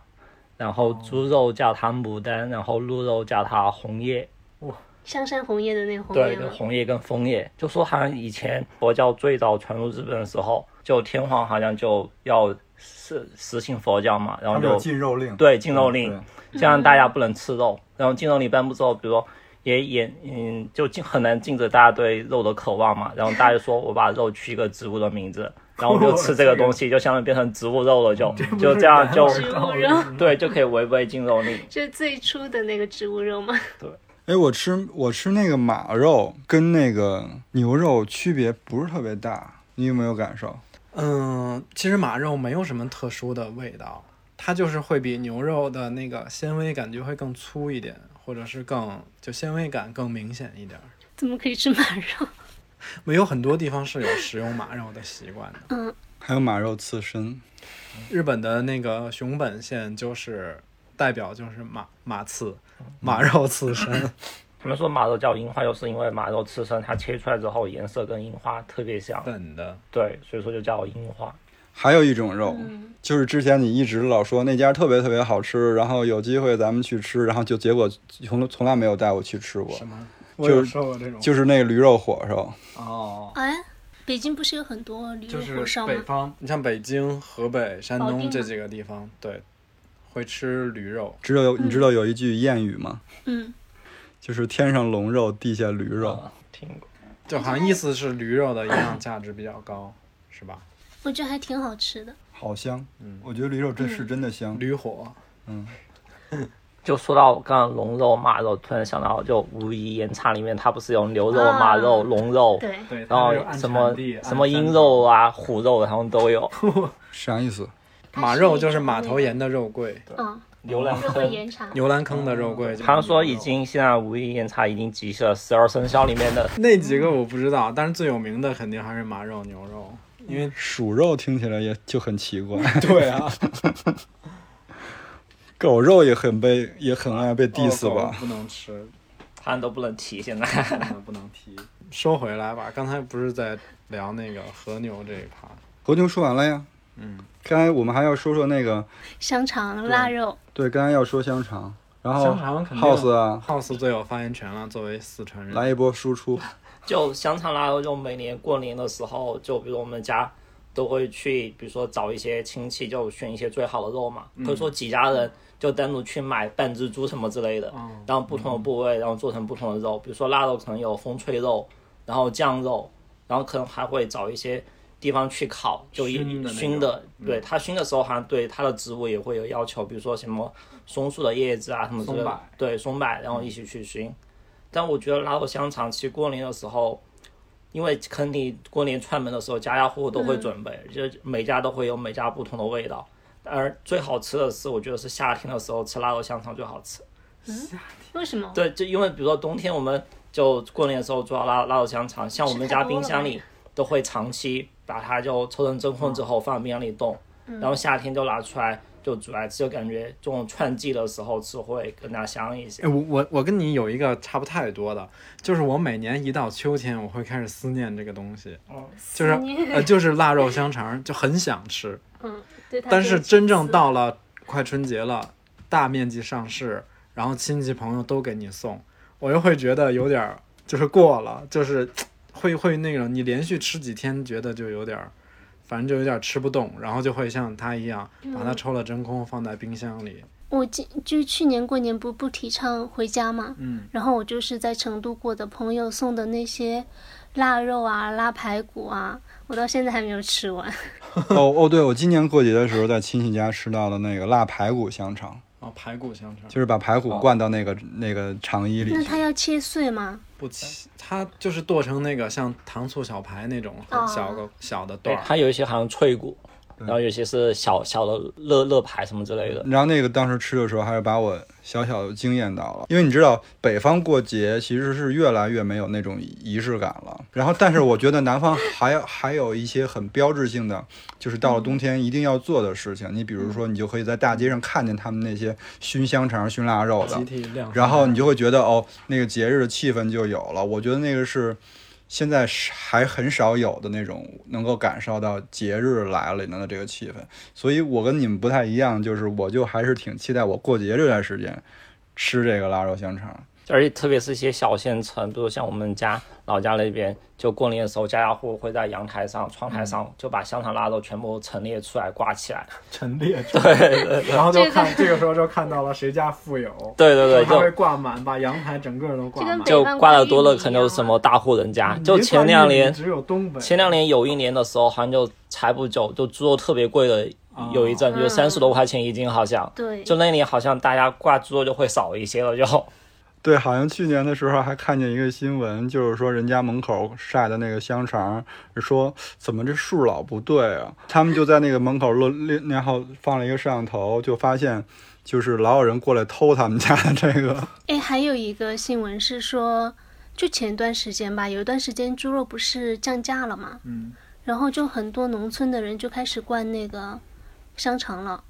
[SPEAKER 1] 然后
[SPEAKER 2] 哦
[SPEAKER 1] 猪肉叫它牡丹，然后鹿肉叫它红叶。
[SPEAKER 2] *laughs* 香山红叶的那个红
[SPEAKER 1] 对，
[SPEAKER 2] 叶
[SPEAKER 1] 就
[SPEAKER 2] 吗？
[SPEAKER 1] 红叶跟枫叶，就说好像以前佛教最早传入日本的时候，就天皇好像就要实实行佛教嘛，然后就
[SPEAKER 3] 肉令，
[SPEAKER 1] 对禁
[SPEAKER 2] 嗯
[SPEAKER 1] 肉令
[SPEAKER 4] 嗯
[SPEAKER 3] 对，
[SPEAKER 1] 这样大家不能吃肉。然后禁肉令颁布之后，比如说也也嗯，就禁很难禁止大家对肉的渴望嘛。然后大家就说我把肉取一个植物的名字，然后我们就吃这个东西，就相当于变成植物肉了，就就这样就
[SPEAKER 2] 植物肉， *laughs*
[SPEAKER 1] 对就可以违背禁肉令。
[SPEAKER 2] 就是最初的那个植物肉吗？
[SPEAKER 3] 哎，我吃我吃那个马肉跟那个牛肉区别不是特别大，你有没有感受？
[SPEAKER 4] 嗯，其实马肉没有什么特殊的味道，它就是会比牛肉的那个纤维感觉会更粗一点，或者是更就纤维感更明显一点儿。
[SPEAKER 2] 怎么可以吃马肉？
[SPEAKER 4] 没有很多地方是有食用马肉的习惯的。
[SPEAKER 3] 还有马肉刺身，
[SPEAKER 4] 日本的那个熊本县就是代表就是马马刺，马肉刺 *laughs* 身。
[SPEAKER 1] 他们说马肉叫樱花，就是因为马肉刺身它切出来之后颜色跟樱花特别像，
[SPEAKER 4] 本的
[SPEAKER 1] 对，所以说就叫樱花。
[SPEAKER 3] 还有一种肉，就是之前你一直老说那家特别特别好吃，然后有机会咱们去吃，然后就结果从从来没有带我去吃过，
[SPEAKER 4] 什么？
[SPEAKER 3] 就是
[SPEAKER 4] 说过这种
[SPEAKER 3] 就是那个驴肉火烧，
[SPEAKER 4] 哦，
[SPEAKER 2] *laughs* 哎，北京不是有很多驴
[SPEAKER 4] 就
[SPEAKER 2] 肉
[SPEAKER 4] 是
[SPEAKER 2] 火烧
[SPEAKER 4] 北
[SPEAKER 2] 吗？
[SPEAKER 4] 方，你像北京、河北、山
[SPEAKER 2] 保定
[SPEAKER 4] 东
[SPEAKER 2] 吗
[SPEAKER 4] 这几个地方，对，会吃驴肉。
[SPEAKER 3] 知道有你知道有一句谚语吗？
[SPEAKER 2] 嗯，
[SPEAKER 3] 就是天上龙肉，地下驴
[SPEAKER 4] 啊
[SPEAKER 3] 肉。
[SPEAKER 1] 听过。
[SPEAKER 4] 就好像意思是驴肉的营养价值比较高，是吧？
[SPEAKER 2] 我觉得还挺好吃的。
[SPEAKER 3] 好香，我觉得驴肉真是真的香。
[SPEAKER 4] 嗯驴火，
[SPEAKER 1] 就说到我刚刚龙肉、马肉，突然想到就武夷岩茶里面，它不是有牛肉、马肉、
[SPEAKER 2] 啊
[SPEAKER 1] 龙肉，
[SPEAKER 2] 对，
[SPEAKER 4] 对，
[SPEAKER 1] 然后哦什么什么鹰肉啊、虎肉，他们都有。
[SPEAKER 3] 啥意思？
[SPEAKER 4] 马肉就是马头岩的肉桂，
[SPEAKER 2] 嗯，
[SPEAKER 1] 牛栏
[SPEAKER 2] 肉桂岩茶。
[SPEAKER 4] 牛栏坑的肉桂就是牛肉。
[SPEAKER 1] 他们说已经现在无意岩茶已经集齐了十二生肖里面的，
[SPEAKER 4] 那几个我不知道，但是最有名的肯定还是马肉、牛肉，因为
[SPEAKER 3] 鼠肉听起来也就很奇
[SPEAKER 4] *laughs*
[SPEAKER 3] 怪。对啊， *laughs* 狗肉也很被也很爱被 diss
[SPEAKER 4] 哦狗
[SPEAKER 3] 吧？
[SPEAKER 4] 不能吃，
[SPEAKER 1] 他们都不能提。现在
[SPEAKER 4] 不能不能
[SPEAKER 3] *laughs*
[SPEAKER 4] 提。说回来吧，刚才不是在聊那个和牛这一趴，
[SPEAKER 3] 和牛说完了呀。
[SPEAKER 4] 嗯，
[SPEAKER 3] 刚才我们还要说说那个，
[SPEAKER 2] 香肠、腊肉，
[SPEAKER 3] 对，刚才要说香肠，然后
[SPEAKER 4] 香肠肯定
[SPEAKER 3] house 啊，
[SPEAKER 4] House 最有发言权了，作为四川人，
[SPEAKER 3] 来一波输出。
[SPEAKER 1] 就香肠腊肉，就每年过年的时候，就比如我们家都会去，比如说找一些亲戚，就选一些最好的肉嘛，
[SPEAKER 4] 嗯
[SPEAKER 1] 或者说几家人就单独去买半只猪什么之类的，
[SPEAKER 4] 哦
[SPEAKER 1] 然后不
[SPEAKER 4] 嗯
[SPEAKER 1] 同的部位，然后做成不同的肉，比如说腊肉可能有风吹肉，然后酱肉，然后可能还会找一些。地方去烤，就一
[SPEAKER 4] 熏的那种嗯
[SPEAKER 1] 熏的，对它熏的时候，好像对它的植物也会有要求，比如说什么松树的叶子啊什么之类
[SPEAKER 4] 松
[SPEAKER 1] 的
[SPEAKER 4] 柏，嗯
[SPEAKER 1] 对松柏，然后一起去熏。但我觉得腊肉香肠，其实过年的时候，因为肯定过年串门的时候，家家户户都
[SPEAKER 4] 嗯
[SPEAKER 1] 会准备，就每家都会有每家不同的味道。而最好吃的是，我觉得是夏天的时候吃腊肉香肠最好吃。
[SPEAKER 2] 为什么？
[SPEAKER 1] 对，就因为比如说冬天，我们就过年的时候做腊腊肉香肠，像我们家冰箱里都会长期把它就抽成真空之后放冰箱里冻，然后夏天就拿出来就煮来吃，就感觉这种串季的时候吃会更加香一些
[SPEAKER 4] 哎，。我我我跟你有一个差不太多的，就是我每年一到秋天，我会开始思念这个东西，就是呃就是腊肉香肠，就很想吃，
[SPEAKER 2] 嗯，对它
[SPEAKER 4] 但
[SPEAKER 2] 这
[SPEAKER 4] 是
[SPEAKER 2] 个
[SPEAKER 4] 真正
[SPEAKER 2] 丝
[SPEAKER 4] 到了快春节了，大面积上市，然后亲戚朋友都给你送，我又会觉得有点儿就是过了，就是会会那种你连续吃几天，觉得就有点儿，反正就有点儿吃不动，然后就会像他一样把它抽了真空放在冰箱里，
[SPEAKER 2] 我今就去年过年不不提倡回家嘛，
[SPEAKER 4] 嗯，
[SPEAKER 2] 然后我就是在成都过的朋友送的那些腊肉啊、腊排骨啊，我到现在还没有吃完。
[SPEAKER 3] 哦哦，对，我今年过节的时候在亲戚家吃到的那个腊排骨香肠，
[SPEAKER 4] 哦排骨香肠。
[SPEAKER 3] 就是把排
[SPEAKER 4] 哦
[SPEAKER 3] 骨灌到那个那个肠衣里
[SPEAKER 2] 那
[SPEAKER 3] 去。
[SPEAKER 2] 它要切碎吗？
[SPEAKER 4] 不起，它就是剁成那个像糖醋小排那种很小
[SPEAKER 2] 哦
[SPEAKER 4] 个、小的
[SPEAKER 1] 对，
[SPEAKER 4] 段
[SPEAKER 1] 啊
[SPEAKER 4] 儿，
[SPEAKER 1] 它有一些好像脆骨，然后有些是小小的乐乐牌什么之类的。
[SPEAKER 3] 然后那个当时吃的时候，还是把我小小的惊艳到了，因为你知道北方过节其实是越来越没有那种仪式感了。然后，但是我觉得南方还有 *laughs* 还有一些很标志性的，就是到了冬天一定要做的事情。你比如说，你就可以在大街上看见他们那些熏香肠、熏腊肉的
[SPEAKER 4] 集，体晾晒。
[SPEAKER 3] 然后你就会觉得哦，那个节日的气氛就有了。我觉得那个是现在是还很少有的那种能够感受到节日来了的这个气氛。所以我跟你们不太一样，就是我就还是挺期待我过节这段时间吃这个腊肉香肠。
[SPEAKER 1] 而且特别是一些小县城，比如像我们家老家那边，就过年的时候，家家户户会在阳台上、窗台上就把香肠腊肉全部陈列出来挂起来。
[SPEAKER 4] 陈列出来，然后就看这个时候就看到了谁家富有，
[SPEAKER 1] 对对对，
[SPEAKER 4] 它会
[SPEAKER 1] 就
[SPEAKER 4] 挂满，把阳台整个都挂
[SPEAKER 2] 这
[SPEAKER 4] 满
[SPEAKER 2] 跟。北
[SPEAKER 1] 就
[SPEAKER 2] 方
[SPEAKER 1] 挂的
[SPEAKER 2] 玉
[SPEAKER 1] 多了，
[SPEAKER 2] 米
[SPEAKER 1] 可
[SPEAKER 2] 一
[SPEAKER 1] 能
[SPEAKER 2] 样
[SPEAKER 1] 就是什
[SPEAKER 2] 啊
[SPEAKER 1] 么大户人家。
[SPEAKER 4] 你
[SPEAKER 1] 就
[SPEAKER 4] 别
[SPEAKER 1] 前
[SPEAKER 4] 看
[SPEAKER 1] 两
[SPEAKER 4] 玉米
[SPEAKER 1] 年，
[SPEAKER 4] 只有东北，
[SPEAKER 1] 前两年有一年的时候，好像就才不久，就猪肉特别贵的
[SPEAKER 4] 哦
[SPEAKER 1] 有一阵，
[SPEAKER 2] 嗯
[SPEAKER 1] 就三十多块钱一斤，好像。
[SPEAKER 2] 对，
[SPEAKER 1] 就那年好像大家挂猪肉就会少一些了，就。
[SPEAKER 3] 对，好像去年的时候还看见一个新闻，就是说人家门口晒的那个香肠，说怎么这数老不对啊？他们就在那个门口落，然后放了一个摄像头，就发现就是老有人过来偷他们家的这个。
[SPEAKER 2] 哎，还有一个新闻是说，就前段时间吧，有一段时间猪肉不是降价了嘛，
[SPEAKER 4] 嗯，
[SPEAKER 2] 然后就很多农村的人就开始灌那个香肠了，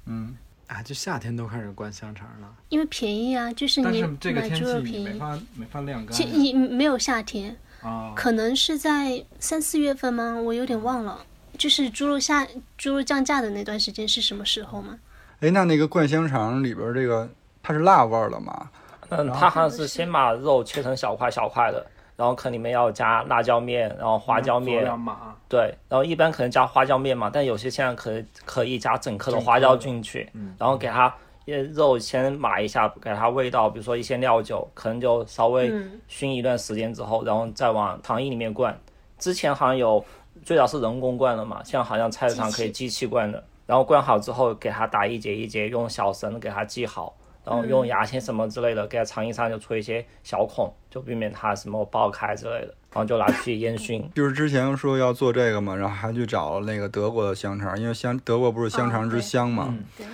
[SPEAKER 4] 啊，就夏天都开始灌香肠了，
[SPEAKER 2] 因为便宜啊，就是
[SPEAKER 4] 但
[SPEAKER 2] 你
[SPEAKER 4] 是这个
[SPEAKER 2] 买
[SPEAKER 4] 天
[SPEAKER 2] 猪
[SPEAKER 4] 气
[SPEAKER 2] 肉
[SPEAKER 4] 你
[SPEAKER 2] 便
[SPEAKER 4] 没
[SPEAKER 2] 宜。
[SPEAKER 4] 法没法晾干
[SPEAKER 2] 其你没有夏天，
[SPEAKER 4] 啊。
[SPEAKER 2] 可能是在三四月份吗？我有点忘了，就是猪肉下猪肉降价的那段时间是什么时候嘛？
[SPEAKER 3] 哎，那那个灌香肠里边儿这个它是辣味儿的吗？
[SPEAKER 1] 嗯，他好像是先把肉切成小块小块的，然后可能里面要加辣椒面，然后花椒面，
[SPEAKER 7] 两码，
[SPEAKER 1] 对，然后一般可能加花椒面嘛，但有些现在可可以加整颗的
[SPEAKER 7] 整颗
[SPEAKER 1] 花椒
[SPEAKER 7] 的
[SPEAKER 1] 进去，
[SPEAKER 7] 嗯
[SPEAKER 1] 然后给它呃肉先码一下，给它味道，比如说一些料酒，可能就稍微
[SPEAKER 2] 嗯
[SPEAKER 1] 熏一段时间之后，然后再往糖衣里面灌。之前好像有最早是人工灌的嘛，现在好像菜市场可以机器灌的。然后灌好之后，给它打一节一节，用小绳给它系好，然后用牙签什么之类的，给它肠衣上就戳一些小孔，就避免它什么爆开之类的，然后就拿去烟熏。
[SPEAKER 3] 就是之前说要做这个嘛，然后还去找那个德国的香肠，因为香德国不是香肠之乡嘛。
[SPEAKER 7] 嗯
[SPEAKER 2] 对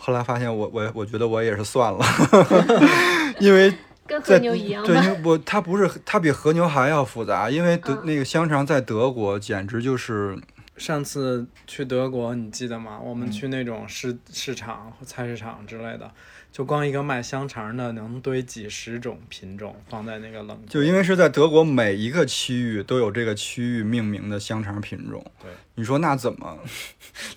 [SPEAKER 3] 后来发现我我我觉得我也是算了，因为
[SPEAKER 2] 跟和
[SPEAKER 3] 在
[SPEAKER 2] 牛一样
[SPEAKER 3] 对，
[SPEAKER 2] 吗？
[SPEAKER 3] 因为我它不是它比和牛还要复杂，因为德、
[SPEAKER 2] 嗯
[SPEAKER 3] 那个香肠在德国简直就是
[SPEAKER 4] 上次去德国，你记得吗？我
[SPEAKER 3] 嗯
[SPEAKER 4] 们去那种市市场、菜市场之类的，就光一个卖香肠的能堆几十种品种放在那个冷
[SPEAKER 3] 就因为是在德国每一个区域都有这个区域命名的香肠品种。
[SPEAKER 4] 对，
[SPEAKER 3] 你说那怎
[SPEAKER 4] *laughs*
[SPEAKER 3] 么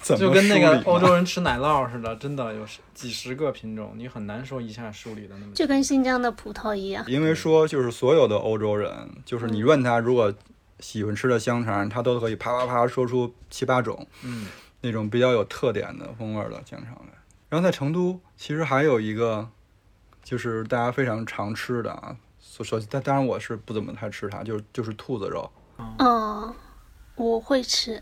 [SPEAKER 3] 怎么
[SPEAKER 4] 就跟那
[SPEAKER 3] 梳理
[SPEAKER 4] 个
[SPEAKER 3] 呢
[SPEAKER 4] 欧洲人吃奶酪似的，真的有十几十个品种，你很难说一下梳理的那么
[SPEAKER 2] 就跟新疆的葡萄一样。
[SPEAKER 3] 因为说就是所有的欧洲人，就是你问他如果喜欢吃的香肠，他都可以啪啪啪说出七八种，
[SPEAKER 4] 嗯，
[SPEAKER 3] 那种比较有特点的风味儿的香肠来。然后在成都，其实还有一个就是大家非常常吃的啊，首首但当然我是不怎么太吃它，就是就是兔子肉。
[SPEAKER 2] 嗯，我会吃，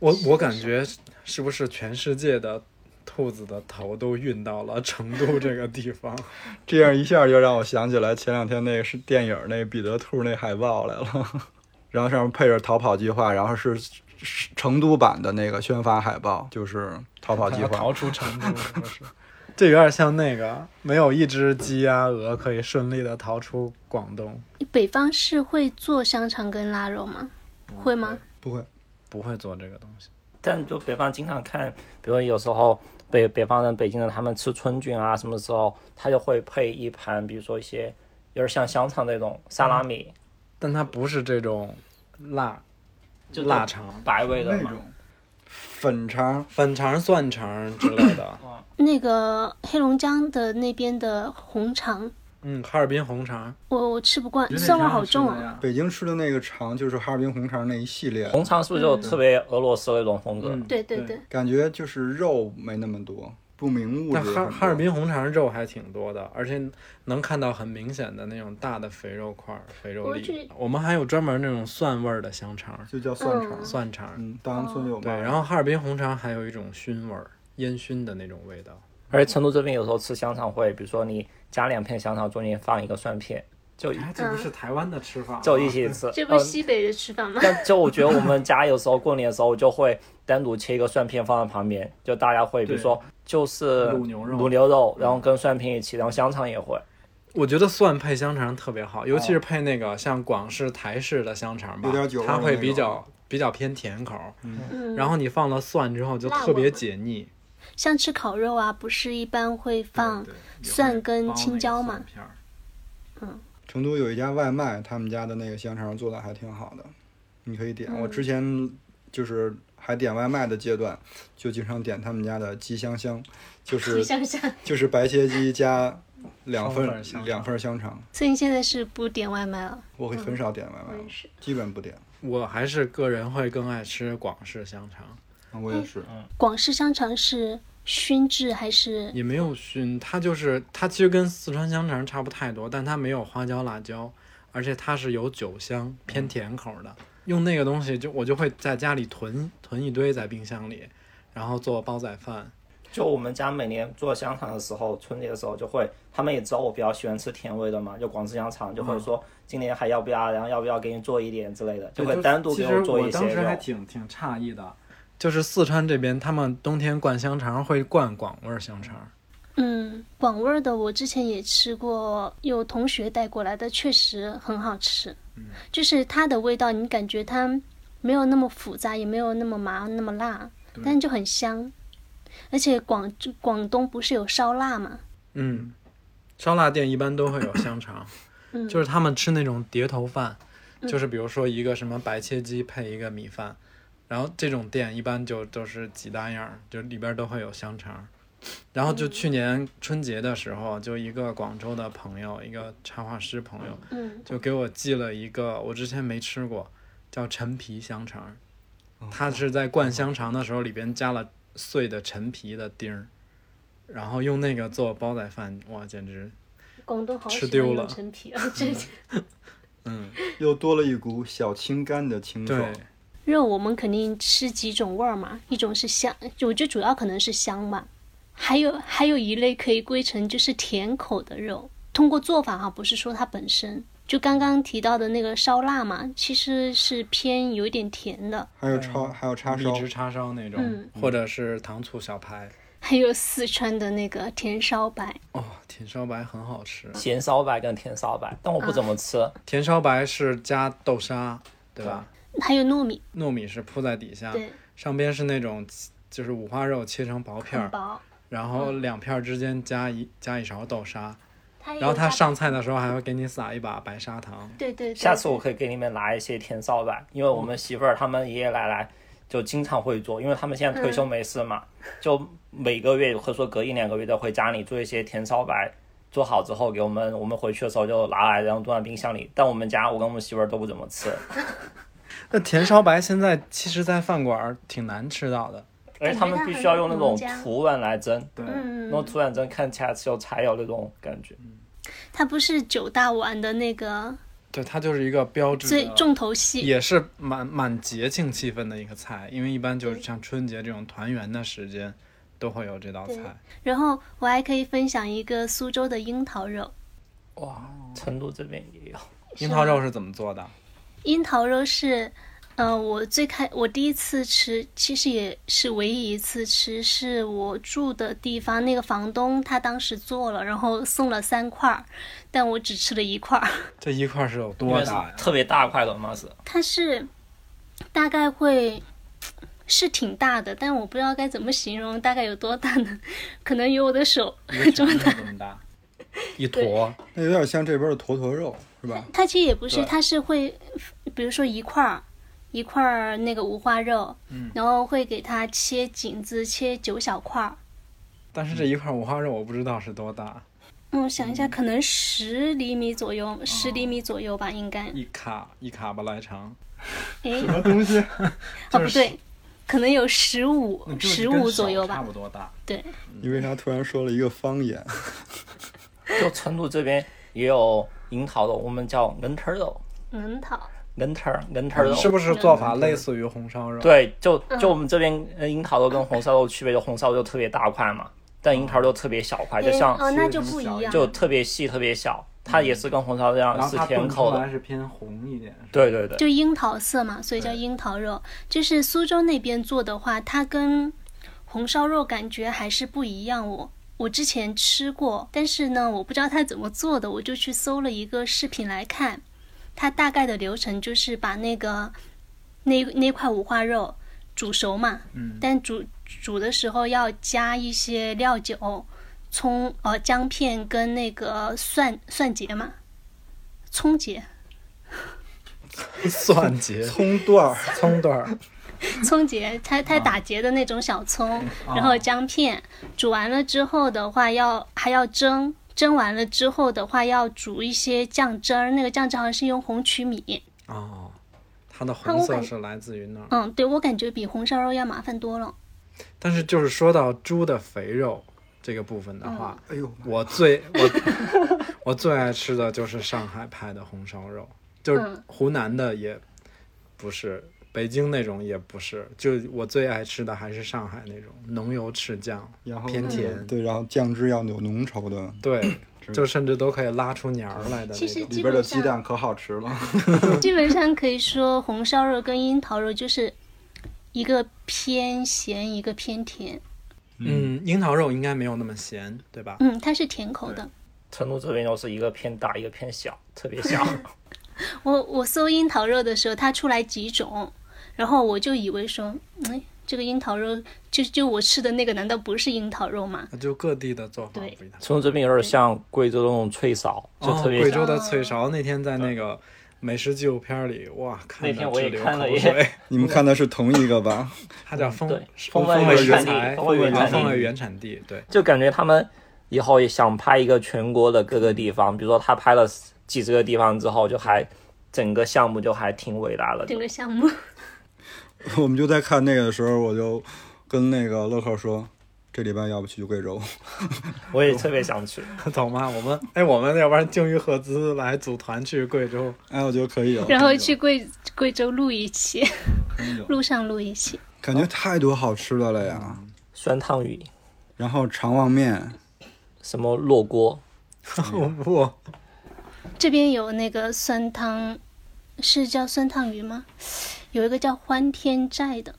[SPEAKER 4] 我我感觉是不是全世界的兔子的头都运到了成都这个地 *laughs* 方？
[SPEAKER 3] 这样一下就让我想起来前两天那个是电影那彼得兔那海报来了， *laughs* 然后上面配着逃跑计划，然后是是是成都版的那个宣发海报，就是逃跑计
[SPEAKER 4] 要逃
[SPEAKER 3] 划。
[SPEAKER 4] 出成都，是不是？ *laughs* 这有点像那个，没有一只鸡鸭鹅可以顺利的逃出广东，
[SPEAKER 2] 北方是会做香肠跟腊肉吗？会吗？
[SPEAKER 3] 不会，
[SPEAKER 4] 不会做这个东西。
[SPEAKER 1] 但就北方经常看，比如有时候北北方人、北京人他们吃春卷啊，什么时候他就会配一盘，比如说一些有点像香肠那种沙拉米，
[SPEAKER 4] 但它不是这种腊
[SPEAKER 1] 就
[SPEAKER 4] 腊肠、
[SPEAKER 1] 白味的
[SPEAKER 3] 那
[SPEAKER 1] 嘛。
[SPEAKER 3] 种粉肠，
[SPEAKER 4] 粉肠、蒜肠之类的。
[SPEAKER 2] 那个黑龙江的那边的红肠，
[SPEAKER 4] 嗯，哈尔滨红肠，
[SPEAKER 2] 我我吃不惯，蒜味好重啊。
[SPEAKER 7] 啊！
[SPEAKER 3] 北京吃的那个肠就是哈尔滨红肠那一系列，
[SPEAKER 1] 红肠是不是就特别俄罗斯那种风格？
[SPEAKER 4] 嗯，
[SPEAKER 2] 对对对，
[SPEAKER 3] 感觉就是肉没那么多，不明物质
[SPEAKER 4] 但
[SPEAKER 3] 很多。
[SPEAKER 4] 哈哈尔滨红肠肉还挺多的，而且能看到很明显的那种大的肥肉块儿、肥肉
[SPEAKER 2] 我
[SPEAKER 4] 粒
[SPEAKER 2] 去。
[SPEAKER 4] 我们还有专门那种蒜味儿的香肠、
[SPEAKER 3] 就叫蒜肠，
[SPEAKER 4] 蒜肠。
[SPEAKER 3] 嗯，当村有
[SPEAKER 4] 哦对，
[SPEAKER 3] 卖。
[SPEAKER 4] 然后哈尔滨红肠还有一种熏味儿，烟熏的那种味道。
[SPEAKER 1] 而且成都这边有时候吃香肠会，比如说你加两片香肠，中间放一个蒜片，就一
[SPEAKER 4] 哎，这
[SPEAKER 2] 嗯
[SPEAKER 4] 不是台湾的吃法吗
[SPEAKER 1] 就一起吃。
[SPEAKER 2] *laughs* 这不
[SPEAKER 1] 嗯
[SPEAKER 2] 是西北的吃法吗？
[SPEAKER 1] 但就我觉得我们家有时候过年的时候就会单独切一个蒜片放在旁边，就大家会比如说就是
[SPEAKER 7] 卤牛肉
[SPEAKER 1] 卤牛肉，然后跟蒜片一起，然后香肠也会。
[SPEAKER 4] 我觉得蒜配香肠特别好，尤其是配那个像广式、台式的香肠吧，
[SPEAKER 3] 有点酒味儿
[SPEAKER 4] 它会
[SPEAKER 3] 那
[SPEAKER 4] 比
[SPEAKER 3] 种
[SPEAKER 4] 较比较偏甜口儿。
[SPEAKER 2] 嗯，
[SPEAKER 4] 然后你放了蒜之后，就
[SPEAKER 2] 辣
[SPEAKER 4] 特别
[SPEAKER 2] 味儿
[SPEAKER 4] 解腻。
[SPEAKER 2] 像吃烤肉啊，不是一般会放
[SPEAKER 7] 对对也会
[SPEAKER 2] 蒜跟
[SPEAKER 7] 包那个
[SPEAKER 2] 青椒嘛
[SPEAKER 7] 蒜片儿
[SPEAKER 3] 成都有一家外卖，他们家的那个香肠做的还挺好的，你可以
[SPEAKER 2] 嗯
[SPEAKER 3] 点。我之前就是还点外卖的阶段，就经常点他们家的鸡香香，就是
[SPEAKER 2] 想想，
[SPEAKER 3] 就是白切鸡加两份
[SPEAKER 4] 双份香肠
[SPEAKER 3] 两份香肠，
[SPEAKER 2] 所以你现在是不点外卖了？
[SPEAKER 3] 我会很少点外卖，
[SPEAKER 2] 嗯我也是
[SPEAKER 3] 基本不点。
[SPEAKER 4] 我还是个人会更爱吃广式香肠，
[SPEAKER 2] 嗯
[SPEAKER 3] 我也是，
[SPEAKER 4] 嗯
[SPEAKER 2] 广式香肠是熏制还是？
[SPEAKER 4] 也没有熏，它就是它其实跟四川香肠差不太多，但它没有花椒辣椒，而且它是有酒香，
[SPEAKER 1] 嗯
[SPEAKER 4] 偏甜口的。用那个东西就我就会在家里囤囤一堆在冰箱里，然后做煲仔饭。
[SPEAKER 1] 就我们家每年做香肠的时候，春节的时候就会，他们也知道我比较喜欢吃甜味的嘛，就广式香肠就会说、今年还要不要，然后要不要给你做一点之类的，嗯就会单独给
[SPEAKER 7] 其实
[SPEAKER 1] 做一
[SPEAKER 7] 我
[SPEAKER 1] 些
[SPEAKER 7] 当时还
[SPEAKER 1] 肉。
[SPEAKER 7] 挺挺诧异的，
[SPEAKER 4] 就是四川这边，他们冬天灌香肠会灌广味儿香肠，
[SPEAKER 2] 嗯，广味儿的我之前也吃过，有同学带过来的，确实很好吃。
[SPEAKER 4] 嗯
[SPEAKER 2] 就是它的味道，你感觉它没有那么复杂，也没有那么麻那么辣，但就很香。而且广广东不是有烧腊吗？
[SPEAKER 4] 嗯，烧腊店一般都会有香肠，
[SPEAKER 2] 嗯
[SPEAKER 4] 就是他们吃那种碟头饭，就是比如说一个什么白切鸡配一个米饭，然后这种店一般就都是几大样儿，就里边儿都会有香肠。然后就去年春节的时候，就一个广州的朋友，一个插画师朋友，
[SPEAKER 2] 嗯，
[SPEAKER 4] 就给我寄了一个我之前没吃过，叫陈皮香肠。它是在灌香肠的时候里边加了碎的陈皮的丁儿，然后用那个做煲仔饭，哇，简直，
[SPEAKER 2] 广东好喜
[SPEAKER 4] 吃
[SPEAKER 2] 欢
[SPEAKER 4] 丢
[SPEAKER 2] 用
[SPEAKER 4] 了
[SPEAKER 2] 陈
[SPEAKER 4] *laughs*
[SPEAKER 2] 皮啊，这
[SPEAKER 4] 嗯，
[SPEAKER 3] 又多了一股小清干的清
[SPEAKER 4] 对
[SPEAKER 3] 爽。，
[SPEAKER 2] 肉我们肯定吃几种味儿嘛，一种是香，我觉得主要可能是香吧，还有还有一类可以归成就是甜口的肉，通过做法哈，不是说它本身，就刚刚提到的那个烧腊嘛，其实是偏有一点甜的，
[SPEAKER 3] 还有叉，还有叉烧
[SPEAKER 4] 荔，枝叉烧那种，
[SPEAKER 2] 嗯
[SPEAKER 4] 或者是糖醋小排。
[SPEAKER 2] 还有四川的那个甜烧白，
[SPEAKER 4] 哦，甜烧白很好吃，
[SPEAKER 1] 咸烧白跟甜烧白，但我不怎么吃。
[SPEAKER 4] 甜烧白是加豆沙，对吧？
[SPEAKER 2] 还有糯米，
[SPEAKER 4] 糯米是铺在底下，
[SPEAKER 2] 对，
[SPEAKER 4] 上边是那种就是五花肉切成薄片
[SPEAKER 2] 很
[SPEAKER 4] 儿，
[SPEAKER 2] 薄，
[SPEAKER 4] 然后两片儿之间加一加一勺豆沙，
[SPEAKER 2] 它也
[SPEAKER 4] 然后
[SPEAKER 2] 有
[SPEAKER 4] 它
[SPEAKER 2] 加
[SPEAKER 4] 上菜的时候还会给你撒一把白砂糖。
[SPEAKER 2] 对对对，
[SPEAKER 1] 下次我可以给你们拿一些甜烧白，因为我们媳妇儿他们爷爷奶奶就经常会做，因为他们现在退休没事嘛，嗯就每个月或者说隔一两个月都回家里做一些甜烧白，做好之后给我们，我们回去的时候就拿来，然后冻在冰箱里。但我们家我跟我们媳妇儿都不怎么吃，
[SPEAKER 4] 那甜烧白现在其实，在饭馆儿挺难吃到的。
[SPEAKER 1] 而且他们必须要用那种土碗来蒸，
[SPEAKER 4] 对
[SPEAKER 2] 嗯
[SPEAKER 1] 那种土碗蒸看起来只有才有那种感觉。
[SPEAKER 2] 哦它不是九大碗的那个
[SPEAKER 4] 对，它就是一个标志
[SPEAKER 2] 最
[SPEAKER 4] 的，
[SPEAKER 2] 重头戏，
[SPEAKER 4] 也是蛮蛮节庆气氛的一个菜，因为一般就是像春节这种团圆的时间，都会有这道
[SPEAKER 2] 对
[SPEAKER 4] 菜。
[SPEAKER 2] 然后我还可以分享一个苏州的樱桃肉。
[SPEAKER 1] 哇，成都这边也有，
[SPEAKER 4] 樱桃
[SPEAKER 2] 啊
[SPEAKER 4] 肉是怎么做的？
[SPEAKER 2] 樱桃肉是，呃，我最开我第一次吃，其实也是唯一一次吃，是我住的地方那个房东他当时做了，然后送了三块儿，但我只吃了一块儿。
[SPEAKER 4] 这一块儿是有
[SPEAKER 1] 因
[SPEAKER 4] 多
[SPEAKER 1] 为是
[SPEAKER 4] 大呀？
[SPEAKER 1] 特别大块的嘛是。
[SPEAKER 2] 它是大概会是挺大的，但我不知道该怎么形容，大概有多大呢？可能有我的手
[SPEAKER 4] 一
[SPEAKER 2] *laughs*
[SPEAKER 4] 个拳头这么大，一坨。
[SPEAKER 3] 那有点像这边的坨坨肉，是吧？
[SPEAKER 2] 它其实也不是，
[SPEAKER 4] 对
[SPEAKER 2] 它是会，比如说一块儿一块儿那个五花肉，然后会给它切颈子，切九小块儿。
[SPEAKER 4] 但是这一块五花肉我不知道是多大，
[SPEAKER 2] 嗯，我想一下，可能十厘米左右，十厘
[SPEAKER 4] 哦
[SPEAKER 2] 米左右吧，应该。
[SPEAKER 4] 一卡一卡巴来长，
[SPEAKER 2] 诶，
[SPEAKER 3] 什么东西？
[SPEAKER 4] *laughs*
[SPEAKER 2] 哦
[SPEAKER 4] 就
[SPEAKER 2] 不
[SPEAKER 4] 是
[SPEAKER 2] 对，可能有十五
[SPEAKER 4] 那，就是
[SPEAKER 2] 十
[SPEAKER 4] 跟
[SPEAKER 2] 五
[SPEAKER 4] 手
[SPEAKER 2] 左右
[SPEAKER 4] 差
[SPEAKER 2] 吧。
[SPEAKER 4] 不多大。
[SPEAKER 2] 对，
[SPEAKER 4] 嗯
[SPEAKER 3] 你为啥突然说了一个方言？
[SPEAKER 1] 就成都这边也有樱桃肉，我们叫人头肉，
[SPEAKER 2] 能桃。
[SPEAKER 1] 人头人头肉。
[SPEAKER 4] 是不
[SPEAKER 2] 嗯
[SPEAKER 4] 是做法类似于红烧肉？，
[SPEAKER 1] 对，就就我们这边呃樱桃肉跟红烧肉区别，就红烧肉特别大块嘛，但樱桃肉特别小块，就
[SPEAKER 2] 诶
[SPEAKER 1] 像
[SPEAKER 2] 哦，那就不一样。
[SPEAKER 1] 就特别细特别小，它也是跟红烧肉一样
[SPEAKER 4] 然后
[SPEAKER 1] 是
[SPEAKER 4] 它
[SPEAKER 1] 甜
[SPEAKER 4] 炖
[SPEAKER 1] 口
[SPEAKER 4] 出
[SPEAKER 1] 的
[SPEAKER 4] 来。是偏红一点。
[SPEAKER 1] 对对对，
[SPEAKER 2] 就樱桃色嘛，所以叫樱桃肉。就是苏州那边做的话，它跟红烧肉感觉还是不一样哦。我之前吃过，但是呢，我不知道它怎么做的，我就去搜了一个视频来看。它大概的流程就是把那个那那块五花肉煮熟嘛，嗯、但煮煮的时候要加一些料酒、葱呃姜片跟那个蒜蒜节嘛，葱节，
[SPEAKER 4] *laughs* 蒜节、
[SPEAKER 3] 葱段
[SPEAKER 4] *laughs*
[SPEAKER 3] 儿，
[SPEAKER 4] 葱段儿，
[SPEAKER 2] *laughs* 葱节，它它打结的那种小葱，
[SPEAKER 3] 啊
[SPEAKER 2] 然后姜片，煮完了之后的话要还要蒸，蒸完了之后的话要煮一些酱汁儿，那个酱汁好像是用红曲米，
[SPEAKER 4] 哦，它的
[SPEAKER 2] 它
[SPEAKER 4] 红
[SPEAKER 2] 我
[SPEAKER 4] 色
[SPEAKER 2] 感
[SPEAKER 4] 是来自于那儿。
[SPEAKER 2] 嗯，对我感觉比红烧肉要麻烦多了，
[SPEAKER 4] 但是就是说到猪的肥肉这个部分的话，
[SPEAKER 2] 嗯
[SPEAKER 3] 哎呦，
[SPEAKER 4] 我最我 *laughs* 我最爱吃的就是上海派的红烧肉，就是
[SPEAKER 2] 嗯
[SPEAKER 4] 湖南的也不是，北京那种也不是，就我最爱吃的还是上海那种浓油赤酱，
[SPEAKER 3] 然后
[SPEAKER 4] 偏
[SPEAKER 2] 嗯
[SPEAKER 4] 甜，
[SPEAKER 3] 对，然后酱汁要有浓稠的，
[SPEAKER 4] 对，
[SPEAKER 3] 是
[SPEAKER 4] 就甚至都可以拉出鸟儿来的
[SPEAKER 2] 其
[SPEAKER 4] 那
[SPEAKER 2] 实
[SPEAKER 4] 种。
[SPEAKER 2] 基
[SPEAKER 3] 里边的
[SPEAKER 2] 本
[SPEAKER 3] 鸡
[SPEAKER 2] 上
[SPEAKER 3] 蛋可好吃了。
[SPEAKER 2] *laughs* 基本上可以说红烧肉跟樱桃肉就是一个偏咸，一个偏甜，
[SPEAKER 4] 嗯，樱桃肉应该没有那么咸，对吧？
[SPEAKER 2] 嗯，它是甜口的。
[SPEAKER 1] 成都这边又是一个偏大一个偏小，特别
[SPEAKER 4] *laughs*
[SPEAKER 1] 小。
[SPEAKER 2] 我我搜樱桃肉的时候，它出来几种，然后我就以为说，哎，这个樱桃肉就就我吃的那个，难道不是樱桃肉吗？
[SPEAKER 4] 就各地的做法
[SPEAKER 2] 对
[SPEAKER 4] 不一样。
[SPEAKER 1] 成都这边有点像贵州那种脆苕，就
[SPEAKER 4] 哦，
[SPEAKER 1] 特别
[SPEAKER 4] 贵
[SPEAKER 1] 小。
[SPEAKER 4] 州的脆勺那天在那个美食纪录片里，哇，看
[SPEAKER 1] 那天
[SPEAKER 4] 得
[SPEAKER 1] 我
[SPEAKER 4] 直
[SPEAKER 1] 也
[SPEAKER 4] 流
[SPEAKER 1] 看了
[SPEAKER 4] 口
[SPEAKER 1] 耶
[SPEAKER 4] 水。
[SPEAKER 3] *laughs*
[SPEAKER 4] *laughs*
[SPEAKER 3] 你们看的是同一个吧？ *laughs*
[SPEAKER 4] 它叫风
[SPEAKER 1] 对
[SPEAKER 4] 是
[SPEAKER 1] 风味
[SPEAKER 4] 味
[SPEAKER 3] 原
[SPEAKER 4] 原
[SPEAKER 3] 产
[SPEAKER 1] 地
[SPEAKER 4] 材，
[SPEAKER 1] 风
[SPEAKER 4] 风
[SPEAKER 1] 味原
[SPEAKER 4] 原
[SPEAKER 1] 产地
[SPEAKER 4] 味原产地，
[SPEAKER 1] *laughs*
[SPEAKER 4] 对，
[SPEAKER 1] 就感觉他们以后也想拍一个全国的各个地方，比如说他拍了几十个地方之后，就还整个项目就还挺伟大的。
[SPEAKER 2] 整个项
[SPEAKER 3] 哦
[SPEAKER 2] 目
[SPEAKER 3] 我们就在看那个的时候，我就跟那个乐克说，这礼拜要不去贵州？
[SPEAKER 1] 我也特别想去，
[SPEAKER 4] 走吗？我们哎，我们要不然鲸鱼合资来组团去
[SPEAKER 1] *laughs*
[SPEAKER 4] 贵州，
[SPEAKER 3] 哎，我觉得可以了。
[SPEAKER 2] 然后去贵贵州录一期，
[SPEAKER 3] 真有，
[SPEAKER 2] 路上录一期，
[SPEAKER 3] 感觉太多好吃的了呀。
[SPEAKER 1] 酸汤鱼、
[SPEAKER 3] 然后肠旺面，
[SPEAKER 1] 什么烙锅，
[SPEAKER 4] *laughs* 我
[SPEAKER 1] 嗯
[SPEAKER 4] 不，
[SPEAKER 2] 这边有那个酸汤，是叫酸汤鱼吗？有一个叫欢天寨的，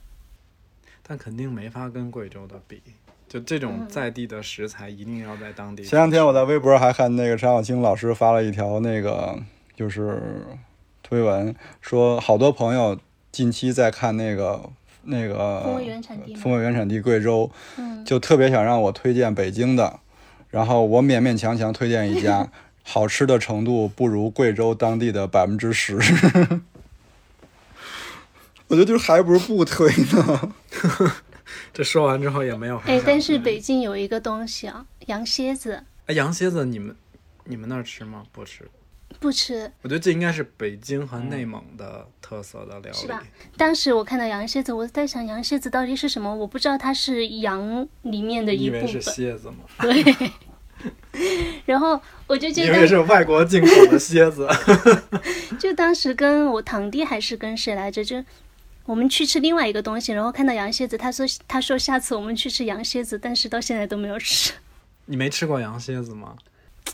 [SPEAKER 4] 但肯定没法跟贵州的比。就这
[SPEAKER 2] 嗯
[SPEAKER 4] 种在地的食材，一定要在当地。
[SPEAKER 3] 前两天我在微博还看那个陈小青老师发了一条那个就是推文，说好多朋友近期在看那个那个
[SPEAKER 2] 风味原产地吗
[SPEAKER 3] 风味原产地贵州，就特别想让我推荐北京的，然后我勉勉强强推荐一家，好吃的程度不如贵州当地的百分之十。 *laughs* 我觉得就是还不如不推呢。 *laughs*
[SPEAKER 4] 这说完之后也没有很
[SPEAKER 2] 哎，
[SPEAKER 4] 想。
[SPEAKER 2] 但是北京有一个东西啊，羊蝎子
[SPEAKER 4] 哎，羊蝎子你们你们那儿吃吗？不吃。
[SPEAKER 2] 不吃。
[SPEAKER 4] 我觉得这应该是北京
[SPEAKER 1] 嗯
[SPEAKER 4] 和内蒙的特色的料
[SPEAKER 2] 是吧
[SPEAKER 4] 理。
[SPEAKER 2] 当时我看到羊蝎子，我在想羊蝎子到底是什么？我不知道它是羊里面的
[SPEAKER 4] 你
[SPEAKER 2] 一
[SPEAKER 4] 以
[SPEAKER 2] 部
[SPEAKER 4] 为是
[SPEAKER 2] 分。
[SPEAKER 4] 蝎子吗？
[SPEAKER 2] 对。然后我就
[SPEAKER 4] 你
[SPEAKER 2] 觉
[SPEAKER 4] 以为
[SPEAKER 2] 得，
[SPEAKER 4] 是外国进口的蝎子？
[SPEAKER 2] 就当时跟我堂弟还是跟谁来着，就我们去吃另外一个东西，然后看到羊蝎子，他说他说下次我们去吃羊蝎子，但是到现在都没有吃。 *laughs*
[SPEAKER 4] 你没吃过羊蝎子吗？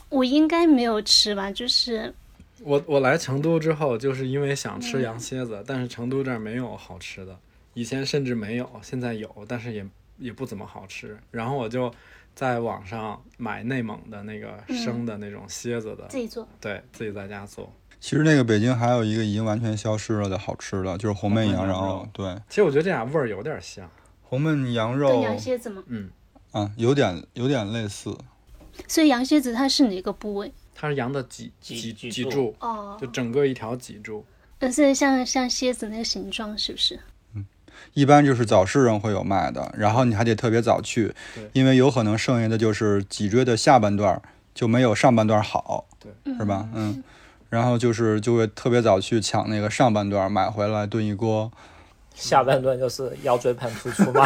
[SPEAKER 2] 我应该没有吃吧，就是
[SPEAKER 4] 我我来成都之后，就是因为想吃羊蝎子，但是成都这儿没有好吃的，以前甚至没有，现在有，但是也也不怎么好吃。然后我就在网上买内蒙的那个生的那种蝎子的，
[SPEAKER 2] 自己做。
[SPEAKER 4] 对自己在家做。
[SPEAKER 3] 其实那个北京还有一个已经完全消失了的好吃的，就是红焖
[SPEAKER 4] 焖
[SPEAKER 3] 羊
[SPEAKER 4] 羊
[SPEAKER 3] 肉
[SPEAKER 4] 肉。
[SPEAKER 3] 对，
[SPEAKER 4] 其实我觉得这俩味儿有点像，
[SPEAKER 3] 红焖羊肉
[SPEAKER 2] 跟羊蝎子吗？
[SPEAKER 4] 嗯，
[SPEAKER 3] 啊，有点有点类似，
[SPEAKER 2] 所以羊蝎子它是哪个部位？
[SPEAKER 4] 它是羊的脊
[SPEAKER 1] 脊
[SPEAKER 4] 脊
[SPEAKER 1] 脊
[SPEAKER 4] 脊
[SPEAKER 1] 柱
[SPEAKER 4] 柱，
[SPEAKER 2] 哦
[SPEAKER 4] 就，整个一条脊柱。
[SPEAKER 2] 呃，是像像蝎子那个形状，是不是？
[SPEAKER 3] 一般就是早市上会有卖的，然后你还得特别早去
[SPEAKER 4] 对，
[SPEAKER 3] 因为有可能剩下的就是脊椎的下半段儿就没有上半段儿好，
[SPEAKER 4] 对，
[SPEAKER 3] 是吧？嗯，然后就是就会特别早去抢那个上半段儿买回来炖一锅，
[SPEAKER 1] 下半段就是腰椎盘突出 *laughs* 嘛。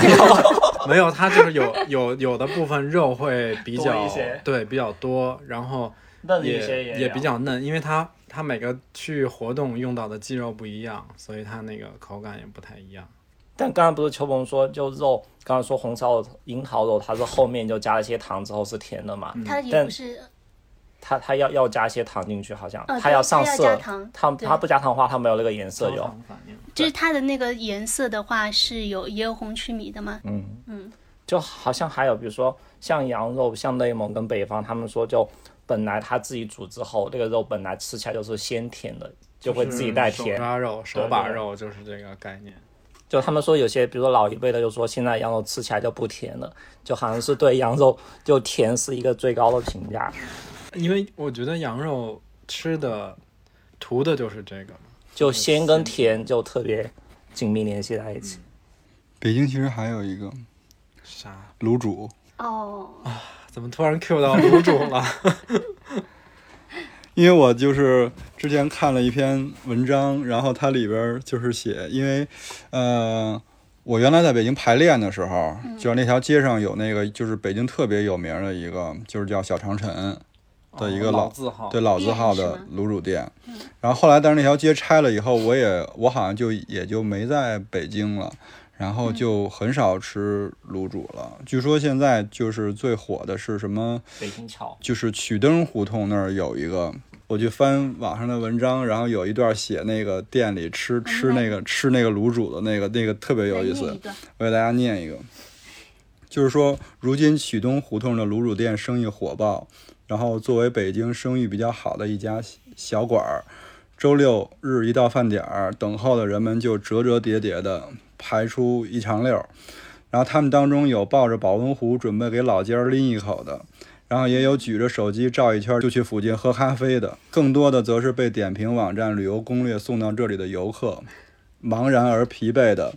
[SPEAKER 4] 没有，它就是有有有的部分肉会比
[SPEAKER 1] 多
[SPEAKER 4] 较
[SPEAKER 1] 一些
[SPEAKER 4] 对比较多，然后
[SPEAKER 1] 嫩一些
[SPEAKER 4] 也
[SPEAKER 1] 也
[SPEAKER 4] 比较嫩，因为它它每个去活动用到的肌肉不一样，所以它那个口感也不太一样。
[SPEAKER 1] 但刚刚不是秋鹏说，就肉，刚刚说红烧樱桃肉，它是后面就加了一些糖之后是甜的嘛，
[SPEAKER 4] 嗯
[SPEAKER 2] 它也
[SPEAKER 1] 但
[SPEAKER 2] 不是
[SPEAKER 1] 它它要要加一些糖进去，好像、
[SPEAKER 2] 哦
[SPEAKER 1] 它
[SPEAKER 2] 对
[SPEAKER 1] 上
[SPEAKER 2] 它要
[SPEAKER 1] 色
[SPEAKER 2] 加糖，
[SPEAKER 1] 它
[SPEAKER 2] 对
[SPEAKER 1] 它不加糖的哦话，它没有那个颜色有。
[SPEAKER 4] 反应
[SPEAKER 2] 就是它的那个颜色的话是有也有红曲米的吗？
[SPEAKER 1] 就好像还有比如说像羊肉，像内蒙跟北方，他们说就本来它自己煮之后，那个肉本来吃起来就是鲜甜的，就会自己带
[SPEAKER 4] 手
[SPEAKER 1] 甜。
[SPEAKER 4] 抓肉、手
[SPEAKER 1] 对
[SPEAKER 4] 把
[SPEAKER 1] 对
[SPEAKER 4] 肉就是这个概念。
[SPEAKER 1] 就他们说有些，比如说老一辈的就说现在羊肉吃起来就不甜了，就好像是对羊肉就甜是一个最高的评价。
[SPEAKER 4] 因为我觉得羊肉吃的图的就是这个，
[SPEAKER 1] 就鲜跟甜就特别紧密联系在一起。
[SPEAKER 3] 北京其实还有一个
[SPEAKER 4] 啥？
[SPEAKER 3] 卤煮，
[SPEAKER 2] 哦，
[SPEAKER 4] 怎么突然 Q 到卤煮了？
[SPEAKER 3] 因为我就是之前看了一篇文章，然后它里边儿就是写，因为，呃，我原来在北京排练的时候，
[SPEAKER 2] 嗯
[SPEAKER 3] 就是那条街上有那个，就是北京特别有名儿的一个，就是叫小长城的一个
[SPEAKER 4] 哦
[SPEAKER 3] 老
[SPEAKER 4] 老字号，
[SPEAKER 3] 对老字
[SPEAKER 2] 店
[SPEAKER 3] 号
[SPEAKER 2] 是
[SPEAKER 3] 的
[SPEAKER 2] 吗嗯
[SPEAKER 3] 卤煮店。然后后来，但是那条街拆了以后，我也我好像就也就没在北京了，然
[SPEAKER 2] 嗯
[SPEAKER 3] 后就很少吃卤煮了。据说现在就是最火的是什么？
[SPEAKER 1] 北京桥
[SPEAKER 3] 就是曲登胡同那儿有一个。我去翻网上的文章，然后有一段写那个店里吃吃那个吃那个卤煮的那个嗯那个特别有意思。
[SPEAKER 2] 来念一段
[SPEAKER 3] 我给大家念一个，就是说，如今曲东胡同的卤煮店生意火爆，然后作为北京声誉比较好的一家小馆儿，周六日一到饭点儿，等候的人们就折折叠叠的排出一长溜儿，然后他们当中有抱着保温壶准备给老尖儿拎一口的，然后也有举着手机照一圈就去附近喝咖啡的，更多的则是被点评网站旅游攻略送到这里的游客，茫然而疲惫的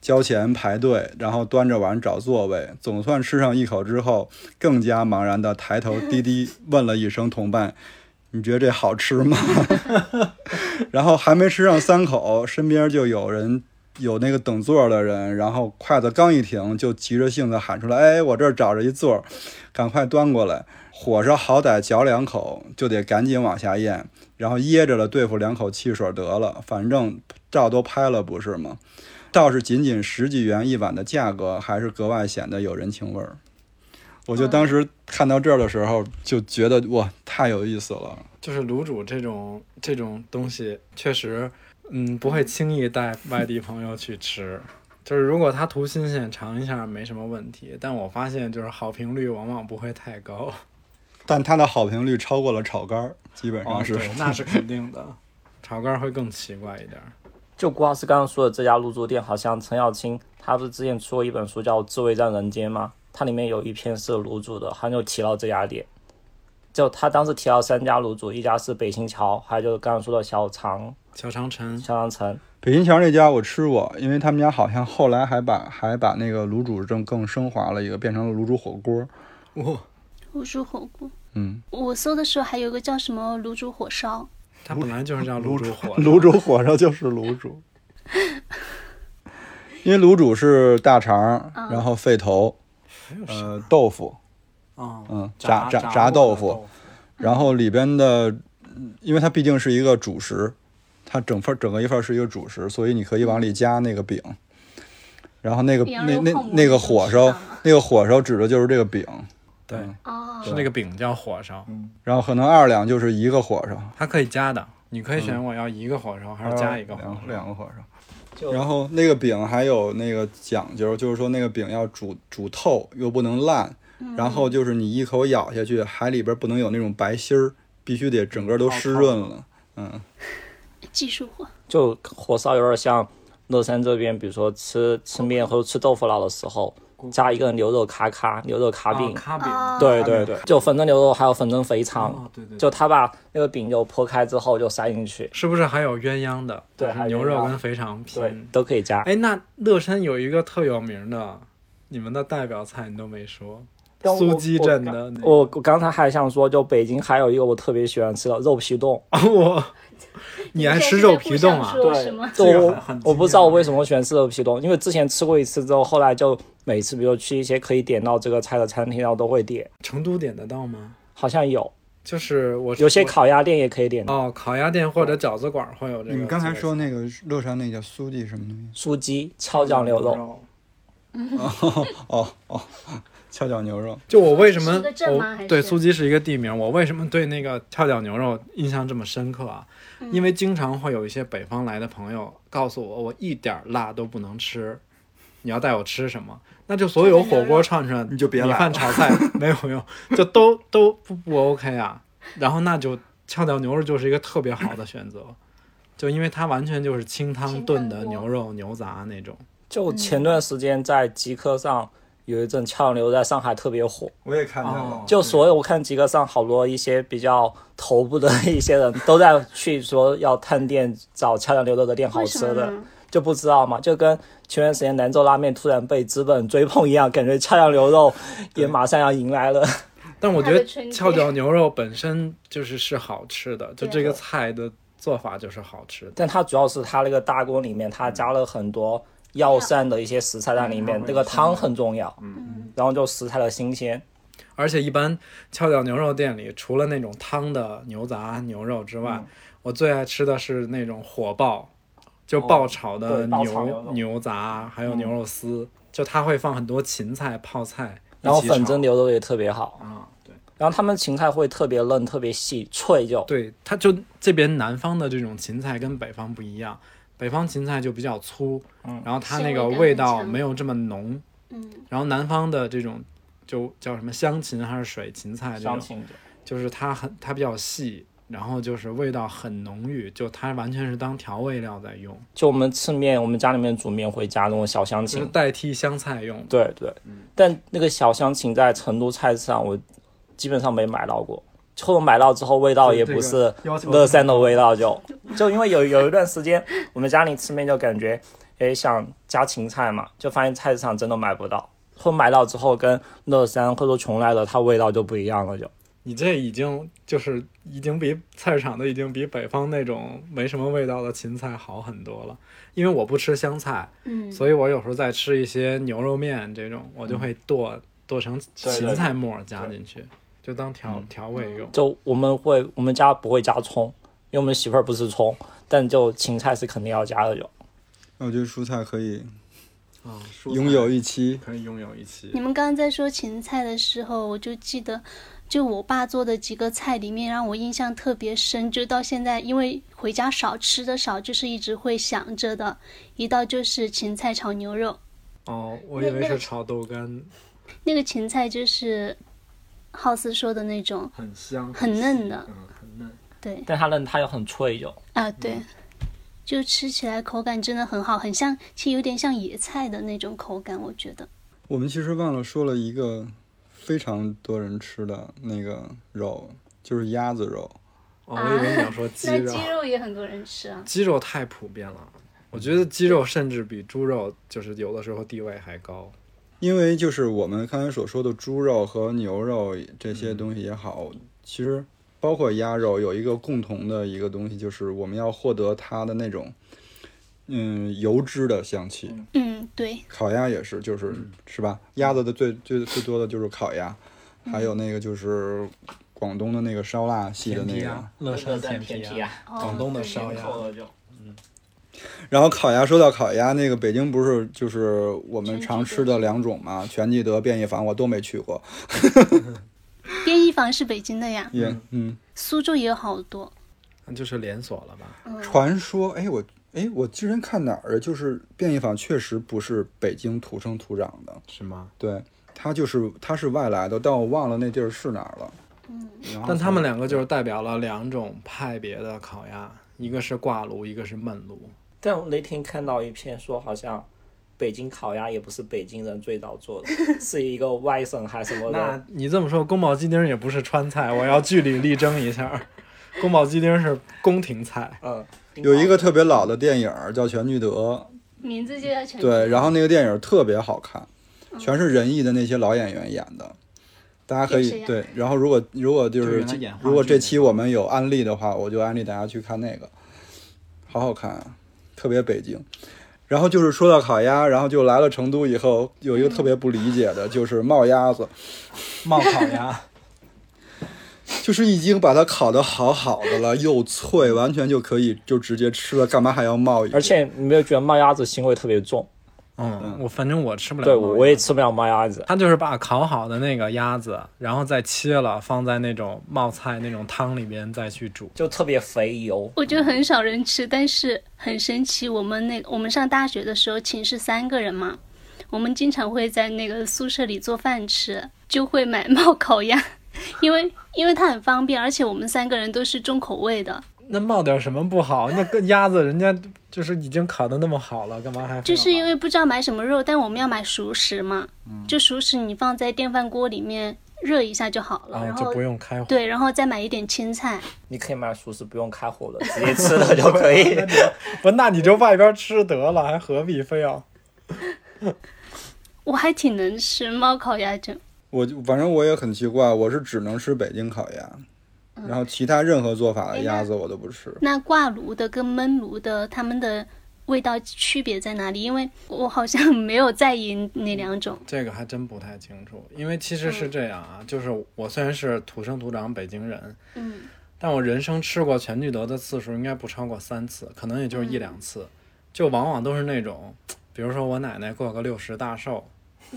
[SPEAKER 3] 交钱排队，然后端着碗找座位，总算吃上一口之后，更加茫然的抬头低低问了一声同伴：“你觉得这好吃吗？” *laughs* 然后还没吃上三口，身边就有人有那个等座的人，然后筷子刚一停，就急着性子喊出来：“哎，我这儿找着一座儿，赶快端过来！”火烧好歹嚼两口，就得赶紧往下咽，然后噎着了对付两口汽水得了，反正照都拍了不是吗？倒是仅仅十几元一碗的价格，还是格外显得有人情味儿。我就当时看到这儿的时候，就觉得哇，太有意思了。
[SPEAKER 4] 就是卤煮这种这种东西，确实，嗯，不会轻易带外地朋友去吃。就是如果他图新鲜，尝一下没什么问题。但我发现，就是好评率往往不会太高。
[SPEAKER 3] 但它的好评率超过了炒肝儿，基本上啊是。
[SPEAKER 4] 哦对，那是肯定的。炒肝会更奇怪一点儿。
[SPEAKER 1] 就郭老师刚刚说的这家入驻店，好像陈小青他不是之前出过一本书叫《自卫战人间》吗？它里面有一篇是卤煮的，他就提到这家店。就他当时提到三家卤煮，一家是北新桥，还有就是刚刚说的小长
[SPEAKER 4] 小长城，
[SPEAKER 1] 小长城。
[SPEAKER 3] 北新桥那家我吃过，因为他们家好像后来还把还把那个卤煮更更升华了一个，变成了卤煮火锅。
[SPEAKER 4] 哦，
[SPEAKER 2] 卤煮火锅。
[SPEAKER 3] 嗯，
[SPEAKER 2] 我搜的时候还有个叫什么卤煮火烧，
[SPEAKER 4] 它本来就是叫卤煮火的。
[SPEAKER 3] 卤煮火烧就是卤煮，因为卤煮是大肠，然后肺头，
[SPEAKER 4] 还有啥？
[SPEAKER 3] 呃，豆腐，
[SPEAKER 4] 嗯
[SPEAKER 3] 嗯，炸
[SPEAKER 4] 炸
[SPEAKER 3] 炸
[SPEAKER 4] 炸
[SPEAKER 3] 炸豆
[SPEAKER 4] 豆
[SPEAKER 3] 腐，，然后里边的，嗯因为它毕竟是一个主食，它整份整个一份是一个主食，所以你可以往里加那个饼，然后那个
[SPEAKER 2] 羊
[SPEAKER 3] 那
[SPEAKER 2] 肉
[SPEAKER 3] 那
[SPEAKER 2] 泡馍
[SPEAKER 3] 那个
[SPEAKER 2] 你
[SPEAKER 3] 火
[SPEAKER 2] 都知道
[SPEAKER 3] 烧
[SPEAKER 2] 吗，
[SPEAKER 3] 那个火烧指的就是这个饼，
[SPEAKER 4] 对，
[SPEAKER 2] 哦，
[SPEAKER 4] 是那个饼叫火烧，
[SPEAKER 3] 然后可能二两就是一个火烧，
[SPEAKER 4] 它可以加的。你可以选我要一个火烧，还是加一个火
[SPEAKER 3] 两
[SPEAKER 4] 烧？
[SPEAKER 3] 两个火烧。
[SPEAKER 1] 就
[SPEAKER 3] 然后那个饼还有那个讲究，就是说那个饼要煮煮透，又不能烂，
[SPEAKER 2] 嗯
[SPEAKER 3] 然后就是你一口咬下去，还里边不能有那种白心儿，必须得整个都湿润了。嗯，
[SPEAKER 2] 技术活。
[SPEAKER 1] 就火烧有点像乐山这边，比如说吃吃面或者吃豆腐脑的时候，加一个牛肉卡卡、牛肉卡饼。
[SPEAKER 4] 卡啊饼
[SPEAKER 2] 啊哦
[SPEAKER 1] 对对对，就粉蒸牛肉还有粉蒸肥肠
[SPEAKER 4] 哦，对对对
[SPEAKER 1] 就他把那个饼就剖开之后就塞进去，
[SPEAKER 4] 是不是还有鸳鸯的？
[SPEAKER 1] 对
[SPEAKER 4] 就是
[SPEAKER 1] 还有
[SPEAKER 4] 牛
[SPEAKER 1] 鸳
[SPEAKER 4] 肉
[SPEAKER 1] 鸯
[SPEAKER 4] 跟肥肠拼。
[SPEAKER 1] 对，都可以加。
[SPEAKER 4] 哎，那乐山有一个特有名的，你们的代表菜你都没说，
[SPEAKER 1] 哦但我
[SPEAKER 4] 苏鸡镇的那
[SPEAKER 1] 我我刚才哦还想说，就北京还有一个我特别喜欢吃的肉皮冻，
[SPEAKER 4] *laughs*
[SPEAKER 2] 哦
[SPEAKER 4] 我，你爱吃肉皮冻啊？
[SPEAKER 2] 对，什么？
[SPEAKER 1] 就
[SPEAKER 4] 这个
[SPEAKER 1] 我
[SPEAKER 4] 很很
[SPEAKER 1] 我不
[SPEAKER 4] 惊
[SPEAKER 1] 知道
[SPEAKER 4] 讶
[SPEAKER 1] 我为什么喜欢吃肉皮冻，因为之前吃过一次之后，后来就每次比如去一些可以点到这个菜的餐厅，然后都会点，
[SPEAKER 4] 成都点得到吗？
[SPEAKER 1] 好像有
[SPEAKER 4] 就是我
[SPEAKER 1] 有些
[SPEAKER 4] 我
[SPEAKER 1] 烤鸭店也可以点
[SPEAKER 4] 哦，烤鸭店或者饺子馆会有这个。
[SPEAKER 3] 你们刚才说那个乐山那叫苏记什么东西？
[SPEAKER 1] 酥鸡、超酱牛肉，
[SPEAKER 4] 肉，
[SPEAKER 3] 哦哦，跷脚牛肉。
[SPEAKER 4] 就我为什么
[SPEAKER 2] 是个镇吗还
[SPEAKER 4] 我
[SPEAKER 2] 是
[SPEAKER 4] 对苏鸡是一个地名，我为什么对那个跳脚牛肉印象这么深刻啊？
[SPEAKER 2] 嗯
[SPEAKER 4] 因为经常会有一些北方来的朋友告诉我，我一点儿辣都不能吃，你要带我吃什么？那就所有火锅串串，
[SPEAKER 3] 你就别来
[SPEAKER 4] 米
[SPEAKER 3] 了
[SPEAKER 4] 饭
[SPEAKER 3] *laughs*
[SPEAKER 4] 炒菜没有用，就都都不不 OK 啊。然后那就跳脚牛肉就是一个特别好的选择，就因为它完全就是清汤
[SPEAKER 2] 清
[SPEAKER 4] 炖
[SPEAKER 2] 汤
[SPEAKER 4] 的
[SPEAKER 2] 锅
[SPEAKER 4] 牛肉牛杂那种。
[SPEAKER 2] 嗯
[SPEAKER 1] 就前段时间在极客上有一阵跷脚牛肉在上海特别火，
[SPEAKER 3] 我也看见了
[SPEAKER 4] 哦，
[SPEAKER 1] 就所有我看极客上好多一些比较头部的 *laughs* 一些人都在去说要探店找跷脚牛肉的店好
[SPEAKER 2] 为什
[SPEAKER 1] 吃
[SPEAKER 2] 么
[SPEAKER 1] 的，
[SPEAKER 2] 呢？
[SPEAKER 1] 就不知道嘛，就跟前段时间兰州拉面突然被资本追捧一样，感觉跷脚牛肉也马上要迎来
[SPEAKER 4] *laughs*
[SPEAKER 1] 了。
[SPEAKER 4] 但我觉
[SPEAKER 2] 它
[SPEAKER 4] 得
[SPEAKER 2] 的春天
[SPEAKER 4] 跷脚牛肉本身就是是好吃的，就
[SPEAKER 2] 对
[SPEAKER 4] 这个菜的做法就是好吃的。
[SPEAKER 1] 但它主要是它那个大锅里面，它加了很多药膳的一些食材在里
[SPEAKER 4] 嗯
[SPEAKER 1] 面，那个汤很重要。嗯，然后就食材的新鲜，
[SPEAKER 4] 而且一般跷脚牛肉店里，除了那种汤的牛杂牛肉之
[SPEAKER 1] 嗯
[SPEAKER 4] 外，我最爱吃的是那种火爆，就爆炒的
[SPEAKER 1] 哦对
[SPEAKER 4] 牛、
[SPEAKER 1] 爆炒牛肉嗯
[SPEAKER 4] 牛杂，还有牛肉丝，就它会放很多芹菜、泡菜，
[SPEAKER 1] 然后
[SPEAKER 4] 一起炒
[SPEAKER 1] 粉蒸牛肉也特别好。
[SPEAKER 4] 啊，对
[SPEAKER 1] 然后他们芹菜会特别嫩、特别细脆就，
[SPEAKER 4] 对，它就这边南方的这种芹菜跟北方不一样，北方芹菜就比较粗，然后它那个
[SPEAKER 2] 香味感
[SPEAKER 4] 味道
[SPEAKER 2] 很强
[SPEAKER 4] 没有这么浓，
[SPEAKER 2] 嗯，
[SPEAKER 4] 然后南方的这种就叫什么香芹还是水芹菜这
[SPEAKER 1] 相
[SPEAKER 4] 种，
[SPEAKER 1] 亲
[SPEAKER 4] 就是它很它比较细，然后就是味道很浓郁，就它完全是当调味料在用，
[SPEAKER 1] 就我们吃面，我们家里面煮面会加那种小香
[SPEAKER 4] 就是
[SPEAKER 1] 芹。
[SPEAKER 4] 代替香菜用的。
[SPEAKER 1] 对对，但那个小香芹在成都菜市场我。基本上没买到过。后来买到之后，味道也不是
[SPEAKER 3] 要求
[SPEAKER 1] 乐山的味道就，就因为有有一段时间，我们家里吃面就感觉，也想加芹菜嘛，就发现菜市场真的买不到。后买到之后，跟乐山或者说邛崃的它味道就不一样了就，
[SPEAKER 4] 你这已经就是已经比菜市场的已经比北方那种没什么味道的芹菜好很多了，因为我不吃香菜，
[SPEAKER 2] 嗯，
[SPEAKER 4] 所以我有时候在吃一些牛肉面这种，我就会剁剁成
[SPEAKER 1] 对
[SPEAKER 4] 芹菜末儿加进去，就当调调味用。
[SPEAKER 1] 就我们会我们家不会加葱，因为我们媳妇儿不吃葱，但就芹菜是肯定要加的就。
[SPEAKER 3] 我觉得蔬菜可以
[SPEAKER 4] 啊，蔬菜
[SPEAKER 3] 拥有一期，
[SPEAKER 4] 可以拥有一期
[SPEAKER 2] 你们刚刚在说芹菜的时候，我就记得，就我爸做的几个菜里面，让我印象特别深，就到现在，因为回家少吃的少，就是一直会想着的。一道就是芹菜炒牛肉，
[SPEAKER 4] 哦，我以为是炒豆干，
[SPEAKER 2] 那个芹菜就是浩斯说的那种，
[SPEAKER 4] 很香，
[SPEAKER 2] 很嫩的
[SPEAKER 4] 细嗯，很嫩。
[SPEAKER 2] 对
[SPEAKER 1] 但它嫩，它又很脆就。
[SPEAKER 2] 啊，对。就吃起来口感真的很好，很像，其实有点像野菜的那种口感，我觉得。
[SPEAKER 3] 我们其实忘了说了一个非常多人吃的那个肉，就是鸭子肉。
[SPEAKER 4] 哦，我以为你要 *laughs* 说鸡肉，
[SPEAKER 2] 肉也很多人吃啊。
[SPEAKER 4] 鸡肉太普遍了，我觉得鸡肉甚至比猪肉就是有的时候地位还高。
[SPEAKER 3] 因为就是我们刚才所说的猪肉和牛肉这些东西也好，其实包括鸭肉有一个共同的一个东西，就是我们要获得它的那种嗯油脂的香气。
[SPEAKER 2] 嗯，对，
[SPEAKER 3] 烤鸭也是，就是、是吧？鸭子的最最最多的就是烤鸭，还有那个就是广东的那个烧腊系的那个。，
[SPEAKER 4] 乐山甜啊皮鸭，
[SPEAKER 2] 哦
[SPEAKER 4] 广东的烧鸭。
[SPEAKER 3] 然后烤鸭，说到烤鸭，那个北京不是就是我们常吃的两种嘛，全聚德、便宜坊，我都没去过。
[SPEAKER 2] 编译坊是北京的呀，
[SPEAKER 3] 也嗯，
[SPEAKER 2] 苏州也有好多。
[SPEAKER 4] 那就是连锁了吧？
[SPEAKER 3] 传说哎我哎我之前看哪儿就是便宜坊确实不是北京土生土长的，
[SPEAKER 4] 是吗？
[SPEAKER 3] 对，它就是它是外来的，但我忘了那地儿是哪儿了。嗯，
[SPEAKER 4] 但他们两个就是代表了两种派别的烤鸭，一个是挂炉，一个是焖炉。
[SPEAKER 1] 但我那天看到一篇说，好像北京烤鸭也不是北京人最早 *laughs* 做的，是一个外省还是什么的
[SPEAKER 4] 那。你这么说，宫保鸡丁也不是川菜，我要据理力争一下。 *laughs* 宫保鸡丁是宫廷菜，
[SPEAKER 1] 嗯，
[SPEAKER 3] 有一个特别老的电影儿叫《全聚德》，
[SPEAKER 2] 名字就叫全
[SPEAKER 3] 对，然后那个电影特别好看，全是仁义的那些老演员演的，大家可
[SPEAKER 2] 电视
[SPEAKER 3] 以
[SPEAKER 2] 呀
[SPEAKER 3] 对。然后如果如果就
[SPEAKER 4] 就是原来演话剧
[SPEAKER 3] 如果这
[SPEAKER 4] 那
[SPEAKER 3] 期我们有安利的话，我就安利大家去看那个，好好看啊，特别北京。然后就是说到烤鸭，然后就来了成都以后，有一个特别不理解的，就是冒鸭子，
[SPEAKER 4] 冒烤鸭。
[SPEAKER 3] 就是已经把它烤得好好的了，又脆，完全就可以就直接吃了，干嘛还要冒一个？
[SPEAKER 1] 而且你没有觉得冒鸭子腥味特别重？
[SPEAKER 4] 嗯，我反正我吃不了。
[SPEAKER 1] 对，我我也。吃不了冒鸭子。
[SPEAKER 4] 他就是把烤好的那个鸭子，然后再切了，放在那种冒菜那种汤里边再去煮。
[SPEAKER 1] 就特别肥油，
[SPEAKER 2] 我觉得很少人吃，但是很神奇。我们那我们上大学的时候，寝室三个人嘛，我们经常会在那个宿舍里做饭吃，就会买 *laughs* 冒烤鸭，因为因为它很方便，而且我们三个人都是重口味的，
[SPEAKER 4] 那冒点什么不好？那个鸭子人家就是已经烤的那么好了，干嘛还非要
[SPEAKER 2] 就是因为不知道买什么肉，但我们要买熟食嘛，
[SPEAKER 4] 嗯
[SPEAKER 2] 就熟食你放在电饭锅里面热一下就好了，
[SPEAKER 4] 啊
[SPEAKER 2] 然
[SPEAKER 4] 就
[SPEAKER 2] 后
[SPEAKER 4] 不用开火。
[SPEAKER 2] 对，然后再买一点青菜。
[SPEAKER 1] 你可以买熟食，不用开火的，直接吃了就可以。
[SPEAKER 4] 不，那你就外边吃得了，还何必非要？
[SPEAKER 2] 我还挺能吃猫烤鸭胗，
[SPEAKER 3] 我就反正我也很奇怪，我是只能吃北京烤鸭，然后其他任何做法的鸭子我都不吃。
[SPEAKER 2] 那挂炉的跟焖炉的，它们的味道区别在哪里？因为我好像没有在意那两种。
[SPEAKER 4] 这个还真不太清楚，因为其实是这样啊，就是我虽然是土生土长北京人，
[SPEAKER 2] 嗯，
[SPEAKER 4] 但我人生吃过全聚德的次数应该不超过三次，可能也就是一两次，就往往都是那种，比如说我奶奶过个六十大寿，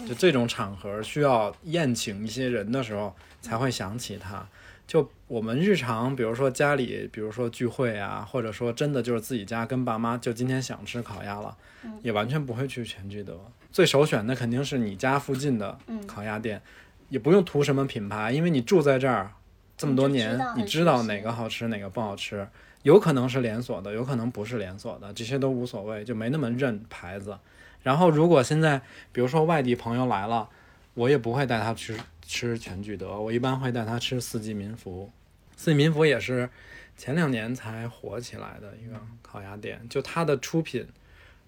[SPEAKER 4] 就这种场合需要宴请一些人的时候才会想起它。就我们日常，比如说家里，比如说聚会啊，或者说真的就是自己家跟爸妈，就今天想吃烤鸭了，
[SPEAKER 2] 嗯
[SPEAKER 4] 也完全不会去全聚德。最首选的肯定是你家附近的
[SPEAKER 2] 嗯
[SPEAKER 4] 烤鸭店，也不用图什么品牌，因为你住在这儿这么多
[SPEAKER 2] 你就
[SPEAKER 4] 年
[SPEAKER 2] 知道，
[SPEAKER 4] 你
[SPEAKER 2] 很
[SPEAKER 4] 知道
[SPEAKER 2] 熟悉
[SPEAKER 4] 哪个好吃，哪个不好吃。有可能是连锁的，有可能不是连锁的，这些都无所谓，就没那么认牌子。然后，如果现在比如说外地朋友来了，我也不会带他吃吃全聚德，我一般会带他吃四季民福。四季民福也是前两年才火起来的一个烤鸭店，就它的出品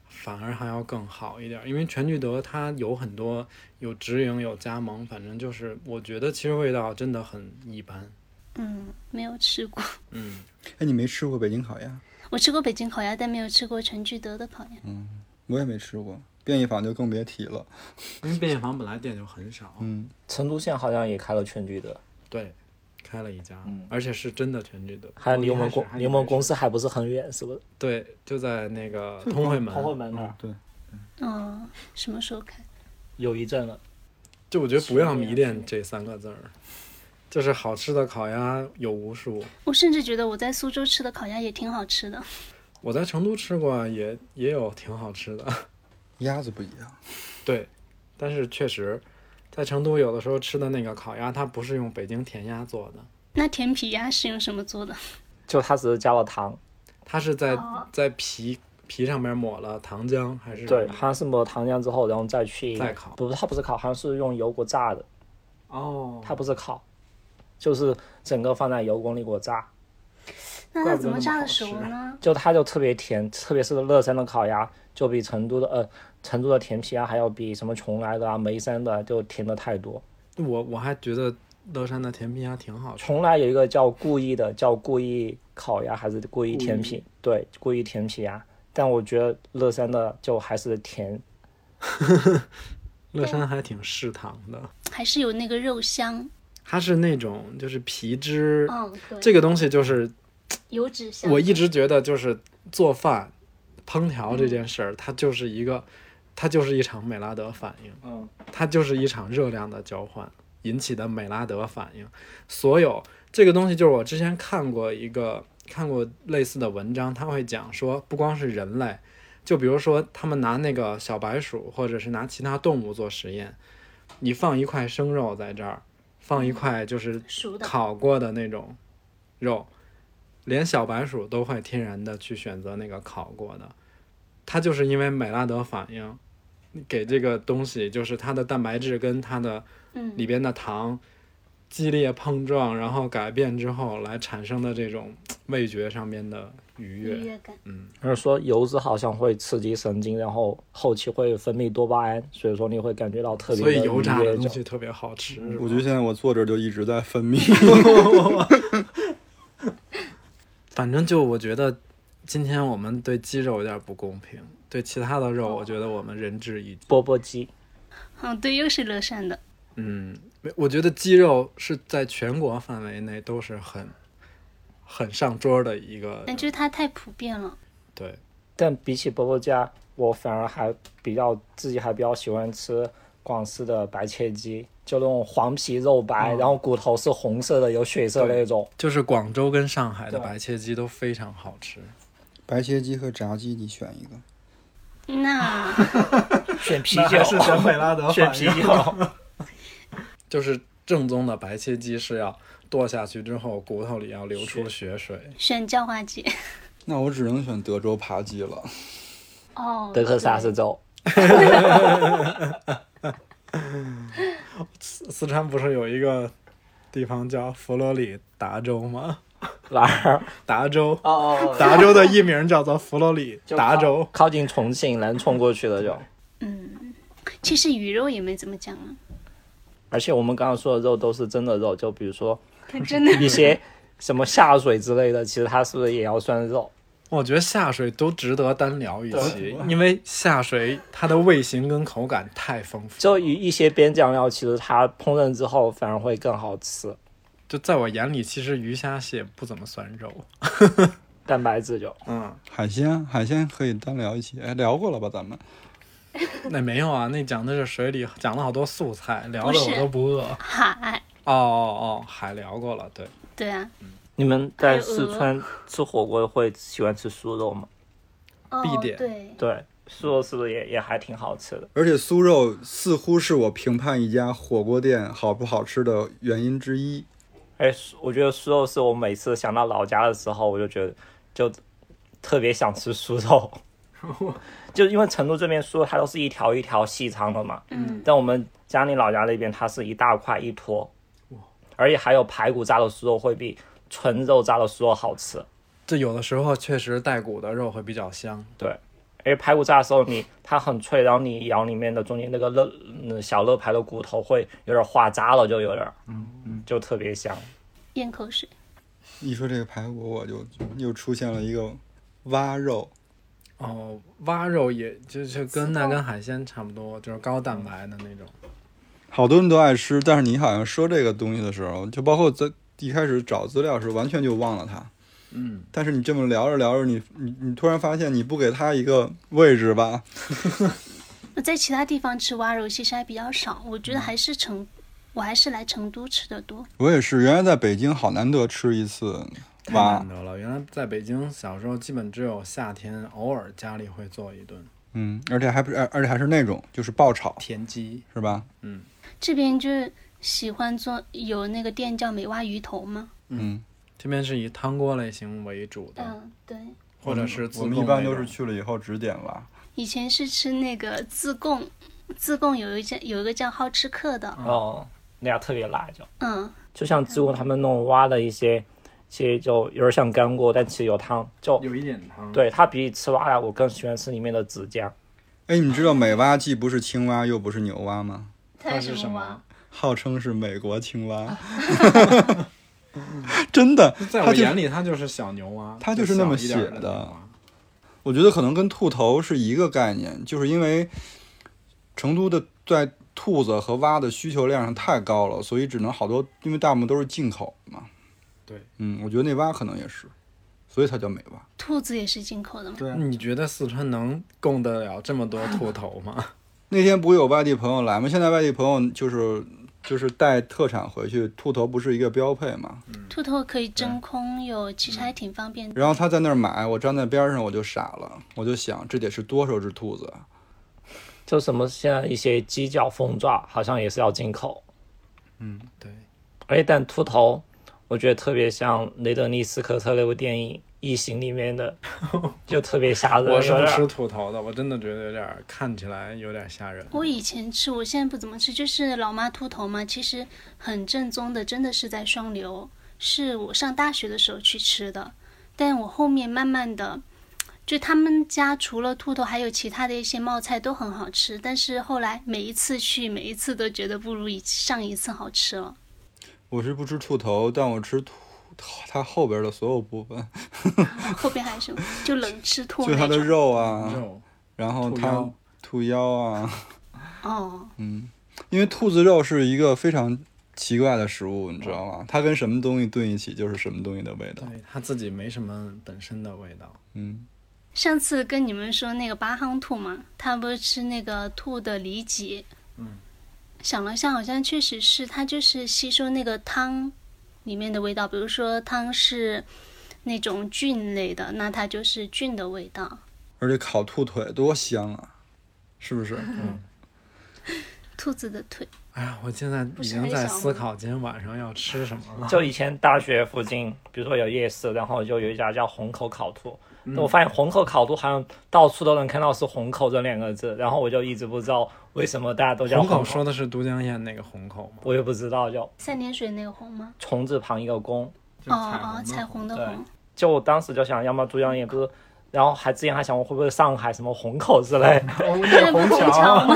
[SPEAKER 4] 反而还要更好一点，因为全聚德它有很多有直营有加盟，反正就是我觉得其实味道真的很一般。
[SPEAKER 2] 嗯，没有吃过。
[SPEAKER 4] 嗯，
[SPEAKER 3] 哎，你没吃过北京烤鸭？
[SPEAKER 2] 我吃过北京烤鸭，但没有吃过全聚德的烤鸭。
[SPEAKER 3] 我也没吃过，便宜坊就更别提了。
[SPEAKER 4] 因为便宜坊本来店就很少，
[SPEAKER 3] 嗯，
[SPEAKER 1] *laughs* 成都县好像也开了全聚德，
[SPEAKER 4] 对，开了一家，而且是真的全聚德。
[SPEAKER 1] 还有离我们公
[SPEAKER 4] 一开始还以
[SPEAKER 1] 离我
[SPEAKER 4] 为
[SPEAKER 1] 们公
[SPEAKER 4] 是
[SPEAKER 1] 司还不是很远，是不是？
[SPEAKER 4] 对，就在那个通惠门，
[SPEAKER 1] 门那儿
[SPEAKER 3] 对，
[SPEAKER 2] 嗯，什么时候开？
[SPEAKER 1] 有一阵了。
[SPEAKER 4] 就我觉得不要迷恋这三个字儿，就是好吃的烤鸭有无数，
[SPEAKER 2] 我甚至觉得我在苏州吃的烤鸭也挺好吃的。
[SPEAKER 4] 我在成都吃过也也有挺好吃的，
[SPEAKER 3] 鸭子不一样。
[SPEAKER 4] 对，但是确实，在成都有的时候吃的那个烤鸭，它不是用北京甜鸭做的，
[SPEAKER 2] 那甜皮鸭是用什么做的？
[SPEAKER 1] 就它只是加了糖，
[SPEAKER 4] 它是在
[SPEAKER 2] 哦
[SPEAKER 4] 在皮皮上面抹了糖浆还是
[SPEAKER 1] 对，好像是抹糖浆之后，然后嗯再去
[SPEAKER 4] 再烤
[SPEAKER 1] 不，它不是烤，好像是用油锅炸的，
[SPEAKER 4] 哦，
[SPEAKER 1] 它不是烤，就是整个放在油锅里给我炸，
[SPEAKER 2] 那
[SPEAKER 4] 怪
[SPEAKER 2] 它
[SPEAKER 4] 不得
[SPEAKER 2] 怎么
[SPEAKER 4] 那么
[SPEAKER 2] 炸
[SPEAKER 4] 好
[SPEAKER 2] 的熟
[SPEAKER 4] 吃
[SPEAKER 2] 呢？
[SPEAKER 1] 就它就特别甜，特别是乐山的烤鸭，就比成都的呃成都的甜皮鸭啊还要比什么邛崃的啊、眉山的啊就甜的太多。
[SPEAKER 4] 我我还觉得乐山的甜皮鸭挺好吃，
[SPEAKER 1] 邛崃有一个叫故意的，叫故意烤鸭还是故意甜皮？对，故意甜皮鸭。但我觉得乐山的就还是甜，
[SPEAKER 4] 乐山还挺嗜糖的。
[SPEAKER 2] 还是有那个肉香？
[SPEAKER 4] 它是那种就是皮汁，
[SPEAKER 2] 嗯，对，
[SPEAKER 4] 这个东西就是
[SPEAKER 2] 油脂香。
[SPEAKER 4] 我一直觉得就是做饭、烹调这件事儿，它就是一个，它就是一场美拉德反应，
[SPEAKER 1] 嗯，
[SPEAKER 4] 它就是一场热量的交换引起的美拉德反应。所有这个东西就是我之前看过一个看过类似的文章，他会讲说，不光是人类，就比如说他们拿那个小白鼠，或者是拿其他动物做实验，你放一块生肉在这儿，放一块就是
[SPEAKER 2] 熟的，
[SPEAKER 4] 烤过的那种肉，连小白鼠都会天然的去选择那个烤过的，它就是因为美拉德反应，给这个东西就是它的蛋白质跟它的
[SPEAKER 2] 嗯
[SPEAKER 4] 里边的糖激烈碰撞，然后改变之后来产生的这种嘖味觉上面的愉
[SPEAKER 2] 愉
[SPEAKER 4] 悦。
[SPEAKER 2] 悦感。
[SPEAKER 1] 而说油脂好像会刺激神经，然后后期会分泌多巴胺，所以说你会感觉到特别
[SPEAKER 4] 所
[SPEAKER 1] 的
[SPEAKER 4] 以油炸
[SPEAKER 1] 愉
[SPEAKER 4] 的
[SPEAKER 1] 悦
[SPEAKER 4] 东
[SPEAKER 1] 就
[SPEAKER 4] 西特别好吃，
[SPEAKER 3] 我觉得现在我坐这儿就一直在分泌。 *laughs*
[SPEAKER 4] 反正就我觉得，今天我们对鸡肉有点不公平，对其他的
[SPEAKER 2] 哦
[SPEAKER 4] 肉，我觉得我们仁至义尽。
[SPEAKER 1] 钵钵鸡，
[SPEAKER 2] 嗯，对，又是乐山的。
[SPEAKER 4] 嗯，没我觉得鸡肉是在全国范围内都是很很上桌的一个，
[SPEAKER 2] 但就是它太普遍了。
[SPEAKER 4] 对，
[SPEAKER 1] 但比起钵钵鸡，啊，我反而还比较自己还比较喜欢吃广式的白切鸡，就那种黄皮肉白，然后骨头是红色的，有血色那种。
[SPEAKER 4] 就是广州跟上海的
[SPEAKER 1] 对
[SPEAKER 4] 白切鸡都非常好 *laughs* 吃。
[SPEAKER 3] 白切鸡和炸鸡，你选一个。
[SPEAKER 4] 啊
[SPEAKER 2] 那
[SPEAKER 1] *laughs* 选啤
[SPEAKER 4] 那
[SPEAKER 1] 酒
[SPEAKER 4] 还是选美拉 *laughs*
[SPEAKER 1] *laughs*
[SPEAKER 4] 德
[SPEAKER 1] 选
[SPEAKER 4] 反
[SPEAKER 1] 啤
[SPEAKER 4] 应
[SPEAKER 1] 酒，
[SPEAKER 4] 就是正宗的白切鸡是要剁下去之后，骨头里要流出血水。
[SPEAKER 2] 选叫花
[SPEAKER 4] *laughs*
[SPEAKER 2] 鸡。
[SPEAKER 3] 那我只能选德州扒鸡了。
[SPEAKER 2] 哦，
[SPEAKER 1] 德克萨斯州。
[SPEAKER 4] 四四川不是有一个地方叫佛罗里达州 *laughs* 吗？
[SPEAKER 1] 哪儿？
[SPEAKER 4] 达州，
[SPEAKER 1] 哦哦 *laughs* 哦，
[SPEAKER 4] 达州的艺名叫做佛罗里达州。
[SPEAKER 1] 靠近重庆南冲过去的就。
[SPEAKER 2] 对。其实鱼肉也没怎么讲啊，
[SPEAKER 1] 而且我们刚刚说的肉都是真的肉，就比如说
[SPEAKER 2] 它真的
[SPEAKER 1] 一些什么下水之类的，其实它是不是也要算肉？
[SPEAKER 4] 我觉得下水都值得单聊一期，因为下水它的味型跟口感太丰富了。
[SPEAKER 1] 就与一些边酱料，其实它烹饪之后反而会更好吃，
[SPEAKER 4] 就在我眼里，其实鱼虾蟹不怎么算肉。
[SPEAKER 1] 蛋白质就。
[SPEAKER 4] 嗯，
[SPEAKER 3] 海鲜，海鲜可以单聊一期。哎，聊过了吧？咱们
[SPEAKER 4] 那没有啊，那讲的是水里讲了好多素菜，聊
[SPEAKER 2] 不
[SPEAKER 4] 的
[SPEAKER 2] 是
[SPEAKER 4] 我都不饿。
[SPEAKER 2] 海。
[SPEAKER 4] 哦哦哦，还聊过了，对，
[SPEAKER 2] 哎对啊，
[SPEAKER 1] 你们在
[SPEAKER 2] 还有鹅
[SPEAKER 1] 四川吃火锅会喜欢吃酥肉吗？
[SPEAKER 2] 哦
[SPEAKER 4] 必点
[SPEAKER 2] 对，
[SPEAKER 1] 对，酥肉是不是也也还挺好吃的？
[SPEAKER 3] 而且酥肉似乎是我评判一家火锅店好不好吃的原因之一。
[SPEAKER 1] 哎，酥我觉得酥肉
[SPEAKER 2] *laughs*
[SPEAKER 1] 是我每次想到老家的时候，我就觉得就特别想吃酥肉。就是因为成都这边酥它都是一条一条细长的嘛，
[SPEAKER 2] 嗯，
[SPEAKER 1] 但我们嘉宁老家那边它是一大块一坨，而且还有排骨炸的酥肉会比纯肉炸的酥肉好吃。
[SPEAKER 4] 这有的时候确实带骨的肉会比较香。
[SPEAKER 1] 而且排骨炸的时候你，它很脆，然后你咬里面的中间那个肋、嗯、小肋排的骨头会有点化渣了，就有点，嗯嗯，就特别香。
[SPEAKER 2] 咽口水。
[SPEAKER 3] 一说这个排骨，我就又出现了一个蛙肉，
[SPEAKER 4] 哦，蛙肉也就是跟那跟海鲜差不多，就是高蛋白的那种。
[SPEAKER 3] 好多人都爱吃，但是你好像说这个东西的时候，就包括在一开始找资料的时候，完全就忘了它。
[SPEAKER 4] 嗯，
[SPEAKER 3] 但是你这么聊着聊着，你你你突然发现你不给它一个位置吧，
[SPEAKER 2] 我在其他地方吃蛙肉其实还比较少，我
[SPEAKER 4] 嗯
[SPEAKER 2] 觉得还是成，我还是来成都吃的多。
[SPEAKER 3] 我也是，原来在北京好难得吃一次
[SPEAKER 4] 太
[SPEAKER 3] 蛙
[SPEAKER 4] 难，得了！原来在北京小时候，基本只有夏天，偶尔家里会做一顿
[SPEAKER 3] 嗯，而且还不是，而而且还是那种就是爆炒，
[SPEAKER 4] 田鸡。
[SPEAKER 3] 是吧？
[SPEAKER 2] 这边就是喜欢做有那个店叫美蛙鱼头吗？
[SPEAKER 3] 嗯，
[SPEAKER 4] 这边是以汤锅类型为主的，
[SPEAKER 2] 嗯，对，
[SPEAKER 4] 或者是自
[SPEAKER 3] 我们
[SPEAKER 4] 贡
[SPEAKER 3] 一般
[SPEAKER 4] 那
[SPEAKER 3] 都是
[SPEAKER 4] 种
[SPEAKER 3] 去了以后只点蛙，
[SPEAKER 2] 以前是吃那个自贡，自贡有一家有一个叫好吃客的，
[SPEAKER 4] 嗯
[SPEAKER 1] 哦，那样特别辣就。
[SPEAKER 2] 嗯，
[SPEAKER 1] 就像自贡他们弄蛙的一些，其实就有点像干锅，但其实有汤。就
[SPEAKER 4] 有一点汤。
[SPEAKER 1] 对它比起吃蛙来，我更喜欢吃里面的子酱。
[SPEAKER 3] 哎，你知道美蛙既不是青蛙又不是牛蛙
[SPEAKER 4] *laughs*
[SPEAKER 3] 吗？
[SPEAKER 2] 它
[SPEAKER 4] 是什么？啊
[SPEAKER 3] 号称是美国青蛙，真的，
[SPEAKER 4] 在
[SPEAKER 3] 它
[SPEAKER 4] 我
[SPEAKER 3] 就是
[SPEAKER 4] 眼里，它就是小牛蛙，
[SPEAKER 3] 它就是那么
[SPEAKER 4] 小一点
[SPEAKER 3] 写
[SPEAKER 4] 的
[SPEAKER 3] 的
[SPEAKER 4] 牛啊蛙。
[SPEAKER 3] 我觉得可能跟兔头是一个概念，就是因为成都的在兔子和蛙的需求量上太高了，所以只能好多，因为大部分都是进口嘛。
[SPEAKER 4] 对，
[SPEAKER 3] 嗯，我觉得那蛙可能也是，所以它叫美蛙。
[SPEAKER 2] 兔子也是进口的吗？
[SPEAKER 3] 对
[SPEAKER 4] 你觉得四川能供得了这么多兔头吗？
[SPEAKER 3] 那天不是有外地朋友来吗？现在外地朋友就是就是带特产回去，兔头不是一个标配嘛。
[SPEAKER 2] 兔头可以真空有，其
[SPEAKER 4] 嗯
[SPEAKER 2] 实还挺方便的。
[SPEAKER 3] 然后他在那儿买，我站在边上我就傻了，我就想这得是多少只兔子啊？
[SPEAKER 1] 就什么现在一些鸡脚凤爪好像也是要进口，
[SPEAKER 4] 对，
[SPEAKER 1] 而且但秃头，我觉得特别像雷德利·斯科特那部电影《异形》里面
[SPEAKER 4] *laughs*
[SPEAKER 1] 的，就特别吓人。
[SPEAKER 4] 我是
[SPEAKER 1] 有
[SPEAKER 4] 不
[SPEAKER 1] 点
[SPEAKER 4] 吃兔头的，我真的觉得有点儿看起来有点吓人。
[SPEAKER 2] 我以前吃，我现在不怎么吃，就是老妈兔头嘛。其实很正宗的，真的是在双流，是我上大学的时候去吃的。但我后面慢慢的，就他们家除了兔头，还有其他的一些冒菜都很好吃。但是后来每一次去，每一次都觉得不如以上一次好吃了。
[SPEAKER 3] 我是不吃兔头，但我吃兔它后边的所有部分，
[SPEAKER 2] 后边还有什么？就冷吃兔
[SPEAKER 4] *laughs*
[SPEAKER 3] 就
[SPEAKER 2] 那
[SPEAKER 3] 它的
[SPEAKER 2] 种。
[SPEAKER 3] 肉啊，
[SPEAKER 4] 肉
[SPEAKER 3] 然后
[SPEAKER 4] 兔
[SPEAKER 3] 它
[SPEAKER 4] 腰
[SPEAKER 3] 兔腰啊， *laughs*
[SPEAKER 2] 哦，
[SPEAKER 3] 嗯，因为兔子肉是一个非常奇怪的食物，你知道吗？它跟什么东西炖一起就是什么东西的味道。
[SPEAKER 4] 对它自己没什么本身的味道。
[SPEAKER 3] 嗯，
[SPEAKER 2] 上次跟你们说那个巴夯兔嘛，他不是吃那个兔的里脊？
[SPEAKER 4] 嗯，
[SPEAKER 2] 想了下，好像确实是，它就是吸收那个汤里面的味道。比如说汤是那种菌类的，那它就是菌的味道。
[SPEAKER 3] 而且烤兔腿多香啊，是不是？
[SPEAKER 2] 嗯兔子的腿，
[SPEAKER 4] 哎呀，我现在已
[SPEAKER 2] 是
[SPEAKER 4] 经
[SPEAKER 2] 很
[SPEAKER 4] 在
[SPEAKER 2] 想
[SPEAKER 4] 思
[SPEAKER 2] 吗
[SPEAKER 4] 考今天晚上要吃什么了。
[SPEAKER 1] 就以前大学附近，比如说有夜市，然后就有一家叫虹口烤兔。
[SPEAKER 4] 嗯
[SPEAKER 1] 那我发现虹口烤兔好像到处都能看到是“虹口”这两个字，然后我就一直不知道为什么大家都叫
[SPEAKER 4] 虹
[SPEAKER 1] 虹
[SPEAKER 4] 口说的是都江堰那个虹口吗？
[SPEAKER 1] 我也不知道，就
[SPEAKER 2] 三点水那个红吗？
[SPEAKER 1] 虫字旁一个弓。
[SPEAKER 4] 就
[SPEAKER 2] 哦哦，
[SPEAKER 4] 是彩虹的
[SPEAKER 2] 彩虹的
[SPEAKER 1] 对
[SPEAKER 2] 红。
[SPEAKER 1] 就我当时就想，要么珠江也不是，然后还之前还想过会不会上海什么虹口之类。
[SPEAKER 4] *laughs*
[SPEAKER 2] *laughs* 那不是虹桥吗？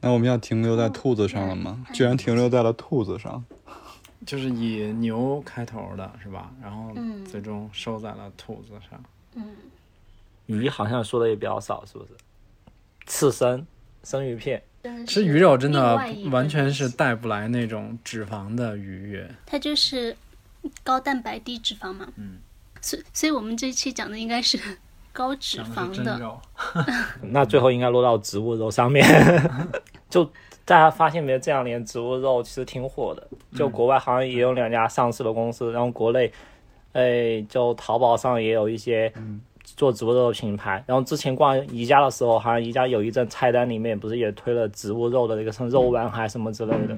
[SPEAKER 3] 那我们要停留在兔子上了吗？
[SPEAKER 2] 嗯
[SPEAKER 3] 居然停留在了兔子上，
[SPEAKER 4] 就是以牛开头的是吧？然后
[SPEAKER 2] 嗯
[SPEAKER 4] 最终收在了兔子上。
[SPEAKER 2] 嗯，
[SPEAKER 1] 鱼好像说的也比较少，是不是？刺身、生鱼片，
[SPEAKER 2] 真的
[SPEAKER 4] 吃
[SPEAKER 2] 是
[SPEAKER 4] 鱼肉真的
[SPEAKER 2] 另外一个
[SPEAKER 4] 完全是带不来那种脂肪的愉悦。
[SPEAKER 2] 它就是高蛋白低脂肪嘛。
[SPEAKER 4] 嗯，
[SPEAKER 2] 所以所以我们这期讲的应该是高脂
[SPEAKER 4] 讲
[SPEAKER 2] 肪
[SPEAKER 4] 是真肉，
[SPEAKER 1] 那最后应该落到植物肉上面。 *laughs* 就大家发现没有，这两年植物肉其实挺火的，就国外好像也有两家上市的公司，然后国内，哎，就淘宝上也有一些做植物肉的品牌。然后之前逛宜家的时候，好像宜家有一阵菜单里面不是也推了植物肉的那个什么肉丸还是什么之类的，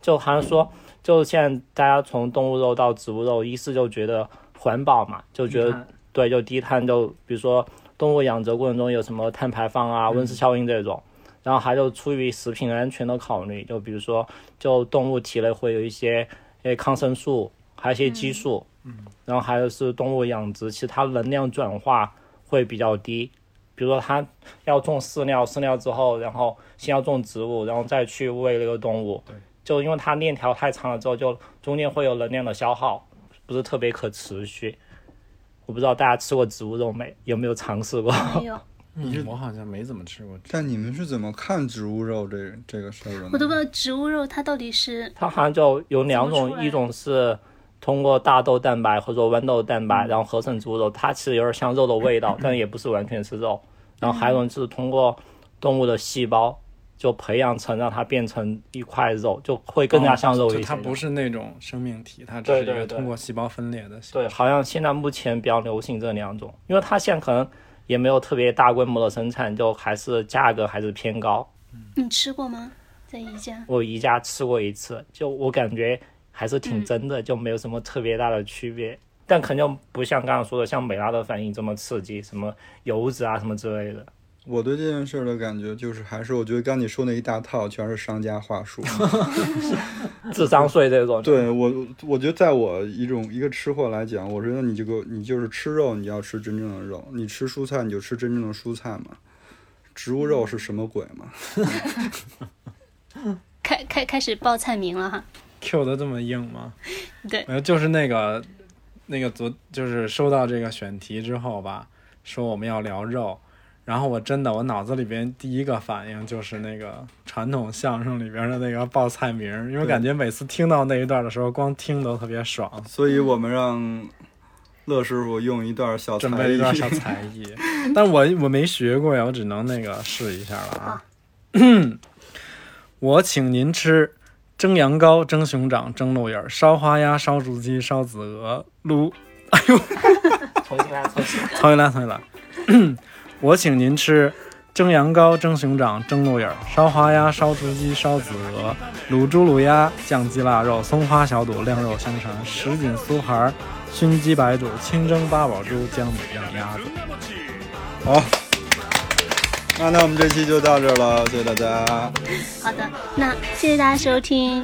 [SPEAKER 1] 就好像说，就现在大家从动物肉到植物肉，一是就觉得环保嘛，就觉得
[SPEAKER 4] 你看
[SPEAKER 1] 对，就低碳，就比如说动物养殖过程中有什么碳排放啊、温室效应这种，然后还有出于食品安全的考虑，就比如说就动物体内会有一些诶抗生素，还有一些激素，嗯，然后还有是动物养殖，其实它能量转化会比较低。比如说，它要种饲料，饲料之后，然后先要种植物，然后再去喂那个动物。对，就因为它链条太长了之后，就中间会有能量的消耗，不是特别可持续。我不知道大家吃过植物肉没？有没有尝试过？
[SPEAKER 2] 没有，
[SPEAKER 4] 嗯，我好像没怎么吃过。
[SPEAKER 3] 但你们是怎么看植物肉这这个事儿的呢？
[SPEAKER 2] 我都不知道植物肉它到底是
[SPEAKER 1] 它好像就有两
[SPEAKER 2] 怎么出
[SPEAKER 1] 种，
[SPEAKER 2] 来
[SPEAKER 1] 一种是通过大豆蛋白或者说豌豆蛋
[SPEAKER 2] 嗯
[SPEAKER 1] 白，然后合成植物肉，它其实有点像肉的味
[SPEAKER 2] *coughs*
[SPEAKER 1] 道，但也不是完全是肉。然后还有一
[SPEAKER 2] 嗯
[SPEAKER 1] 种是通过动物的细胞就培养成，让它变成一块肉，就会更
[SPEAKER 2] 哦
[SPEAKER 1] 加像肉
[SPEAKER 4] 就
[SPEAKER 1] 一些。
[SPEAKER 4] 它不是那种生命体，它只
[SPEAKER 1] 对
[SPEAKER 4] 是一
[SPEAKER 1] 对
[SPEAKER 4] 个
[SPEAKER 1] 对
[SPEAKER 4] 通过细胞分裂的形
[SPEAKER 1] 对，好像现在目前比较流行这两种，因为它现在可能也没有特别大规模的生产，就还是价格还是偏高。
[SPEAKER 2] 你吃过吗？在宜家，
[SPEAKER 1] 我宜家吃过一次，就我感觉还是挺真的，就没有什么特别大的区别。但可能就不像刚刚说的，像美拉德反应这么刺激，什么油脂啊什么之类的。
[SPEAKER 3] 我对这件事儿的感觉就是，还是我觉得刚你说那一大套全是商家话 *laughs* 术。
[SPEAKER 1] 智商税这种，
[SPEAKER 3] 对我，我觉得在我一种一个吃货来讲，我觉得你这个你就是吃肉，你要吃真正的肉；你吃蔬菜，你就吃真正的蔬菜嘛。植物肉是什么鬼嘛？
[SPEAKER 2] 开开开始报菜名了哈。
[SPEAKER 4] Q 的这么硬吗？
[SPEAKER 2] 对
[SPEAKER 4] 没有，就是那个那个昨就是收到这个选题之后吧，说我们要聊肉，然后我真的我脑子里边第一个反应就是那个传统相声里边的那个报菜名儿，因为感觉每次听到那一段的时候，光听都特别爽。
[SPEAKER 3] 所以我们让乐师傅用一段小才
[SPEAKER 4] 准
[SPEAKER 3] 艺，
[SPEAKER 4] 备
[SPEAKER 3] *laughs*
[SPEAKER 4] 一段小才艺， *laughs* 但我我没学过呀，我只能那个试一下了啊。 *clears throat* 我请您吃蒸羊羔、蒸熊掌、蒸鹿眼儿、烧花鸭、烧雏鸡、烧子鹅、撸
[SPEAKER 1] 重新来，重新来。
[SPEAKER 4] 曹云来，曹云来， *clears throat* 我请您吃蒸羊羔、蒸熊掌、蒸鹿眼儿、烧花鸭、烧雏鸡、烧子鹅、卤猪、卤鸭、酱鸡腊肉、松花小肚、晾肉香肠、什锦酥盘儿、熏鸡白肚、清蒸八宝猪、江米酿鸭子。
[SPEAKER 3] 好。那那我们这期就到这儿了，谢谢大家，
[SPEAKER 2] 好的，那谢谢大家收听，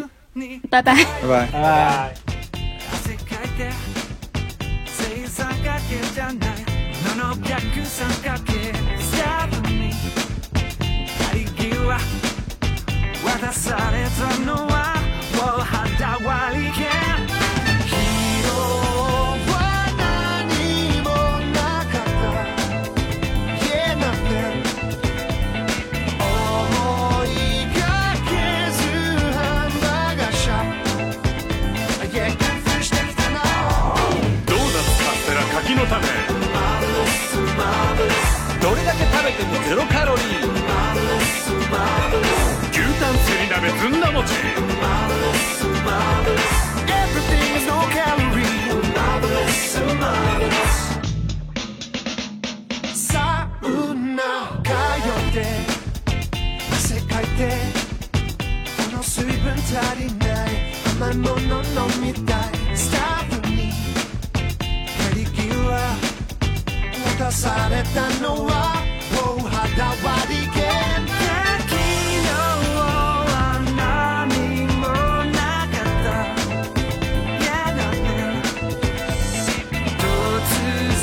[SPEAKER 2] 拜拜。
[SPEAKER 3] 拜拜。
[SPEAKER 1] 拜拜。
[SPEAKER 7] 世界で正三角形じゃないのの逆三角形スタートにり際渡されたのはもう肌割り券ヒーローは何もなかった言えなくて思いがけず花がしゃどうだったカステラ柿の種どれだけ食べてもゼロカロリー牛タンせり鍋ずんだ餅 Everything is no calorie サウナ通って汗かいてこの水分足りない甘いもの飲みたいスタッフにヘリキュア渡されたのはお肌割り券昨日は何もなかった嫌だね突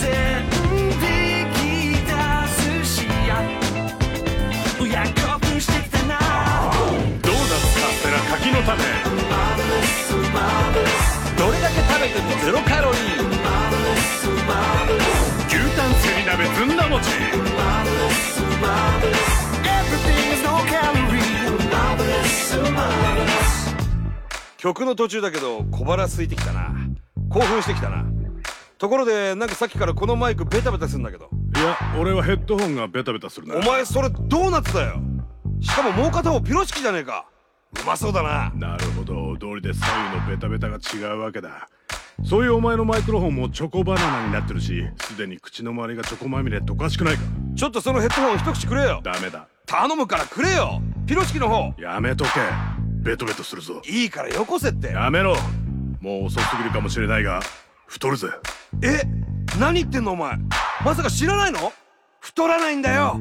[SPEAKER 7] 然できた寿司屋親興奮してきたなドーナツカステラ柿の種どれだけ食べてもゼロカロリー牛タンせり鍋ずんだ餅 Everything is no calorie
[SPEAKER 8] 曲の途中だけど小腹空いてきたな興奮してきたなところでなんかさっきからこのマイクベタベタするんだけど
[SPEAKER 9] いや俺はヘッドホンがベタベタするな
[SPEAKER 8] お前それドーナツだよしかももう片方ピロシキじゃねえかうまそうだな
[SPEAKER 9] なるほど道理で左右のベタベタが違うわけだそういうお前のマイクロフォンもチョコバナナになってるしすでに口の周りがチョコまみれとかしくないか
[SPEAKER 8] ちょっとそのヘッドホン一口くれよ
[SPEAKER 9] ダメだ
[SPEAKER 8] 頼むからくれよピロシキの方
[SPEAKER 9] やめとけベトベトするぞ
[SPEAKER 8] いいからよこせって
[SPEAKER 9] やめろもう遅すぎるかもしれないが太るぜ
[SPEAKER 8] え何言ってんのお前まさか知らないの太らないんだよ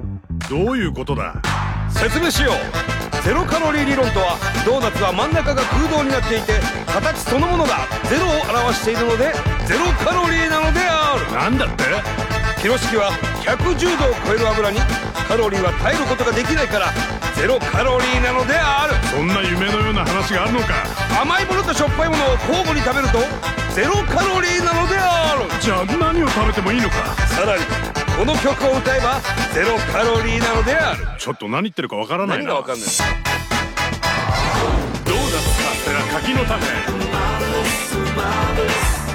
[SPEAKER 9] どういうことだ
[SPEAKER 8] 説明しようゼロカロリー理論とはドーナツは真ん中が空洞になっていて形そのものがゼロを表しているのでゼロカロリーなのである
[SPEAKER 9] なんだって
[SPEAKER 8] キロ式は110度を超える油にカロリーは耐えることができないからゼロカロリーなのである
[SPEAKER 9] そんな夢のような話があるのか
[SPEAKER 8] 甘いものとしょっぱいものを交互に食べるとゼロカロリーなのである
[SPEAKER 9] じゃあ何を食べてもいいのか
[SPEAKER 8] さらにこの曲を歌えばゼロカロリーなのである
[SPEAKER 9] ちょっと何言ってるかわからない
[SPEAKER 8] 何
[SPEAKER 9] な
[SPEAKER 8] がわかんない
[SPEAKER 9] ドーナツカステラ柿の種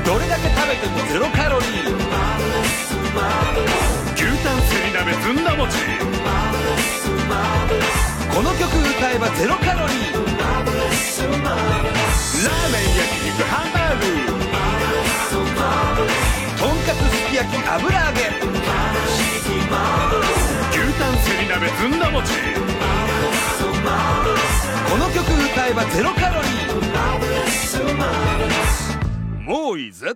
[SPEAKER 8] どれだけ食べてもゼロカロリー
[SPEAKER 9] 牛タンセリ鍋ずんだ餅
[SPEAKER 8] この曲歌えばゼロカロリーラーメン焼肉ハンバーグとんかつすき焼き油揚げ
[SPEAKER 9] 牛タンセリ鍋ずんだ餅
[SPEAKER 8] この曲歌えばゼロカロリーもういいぜ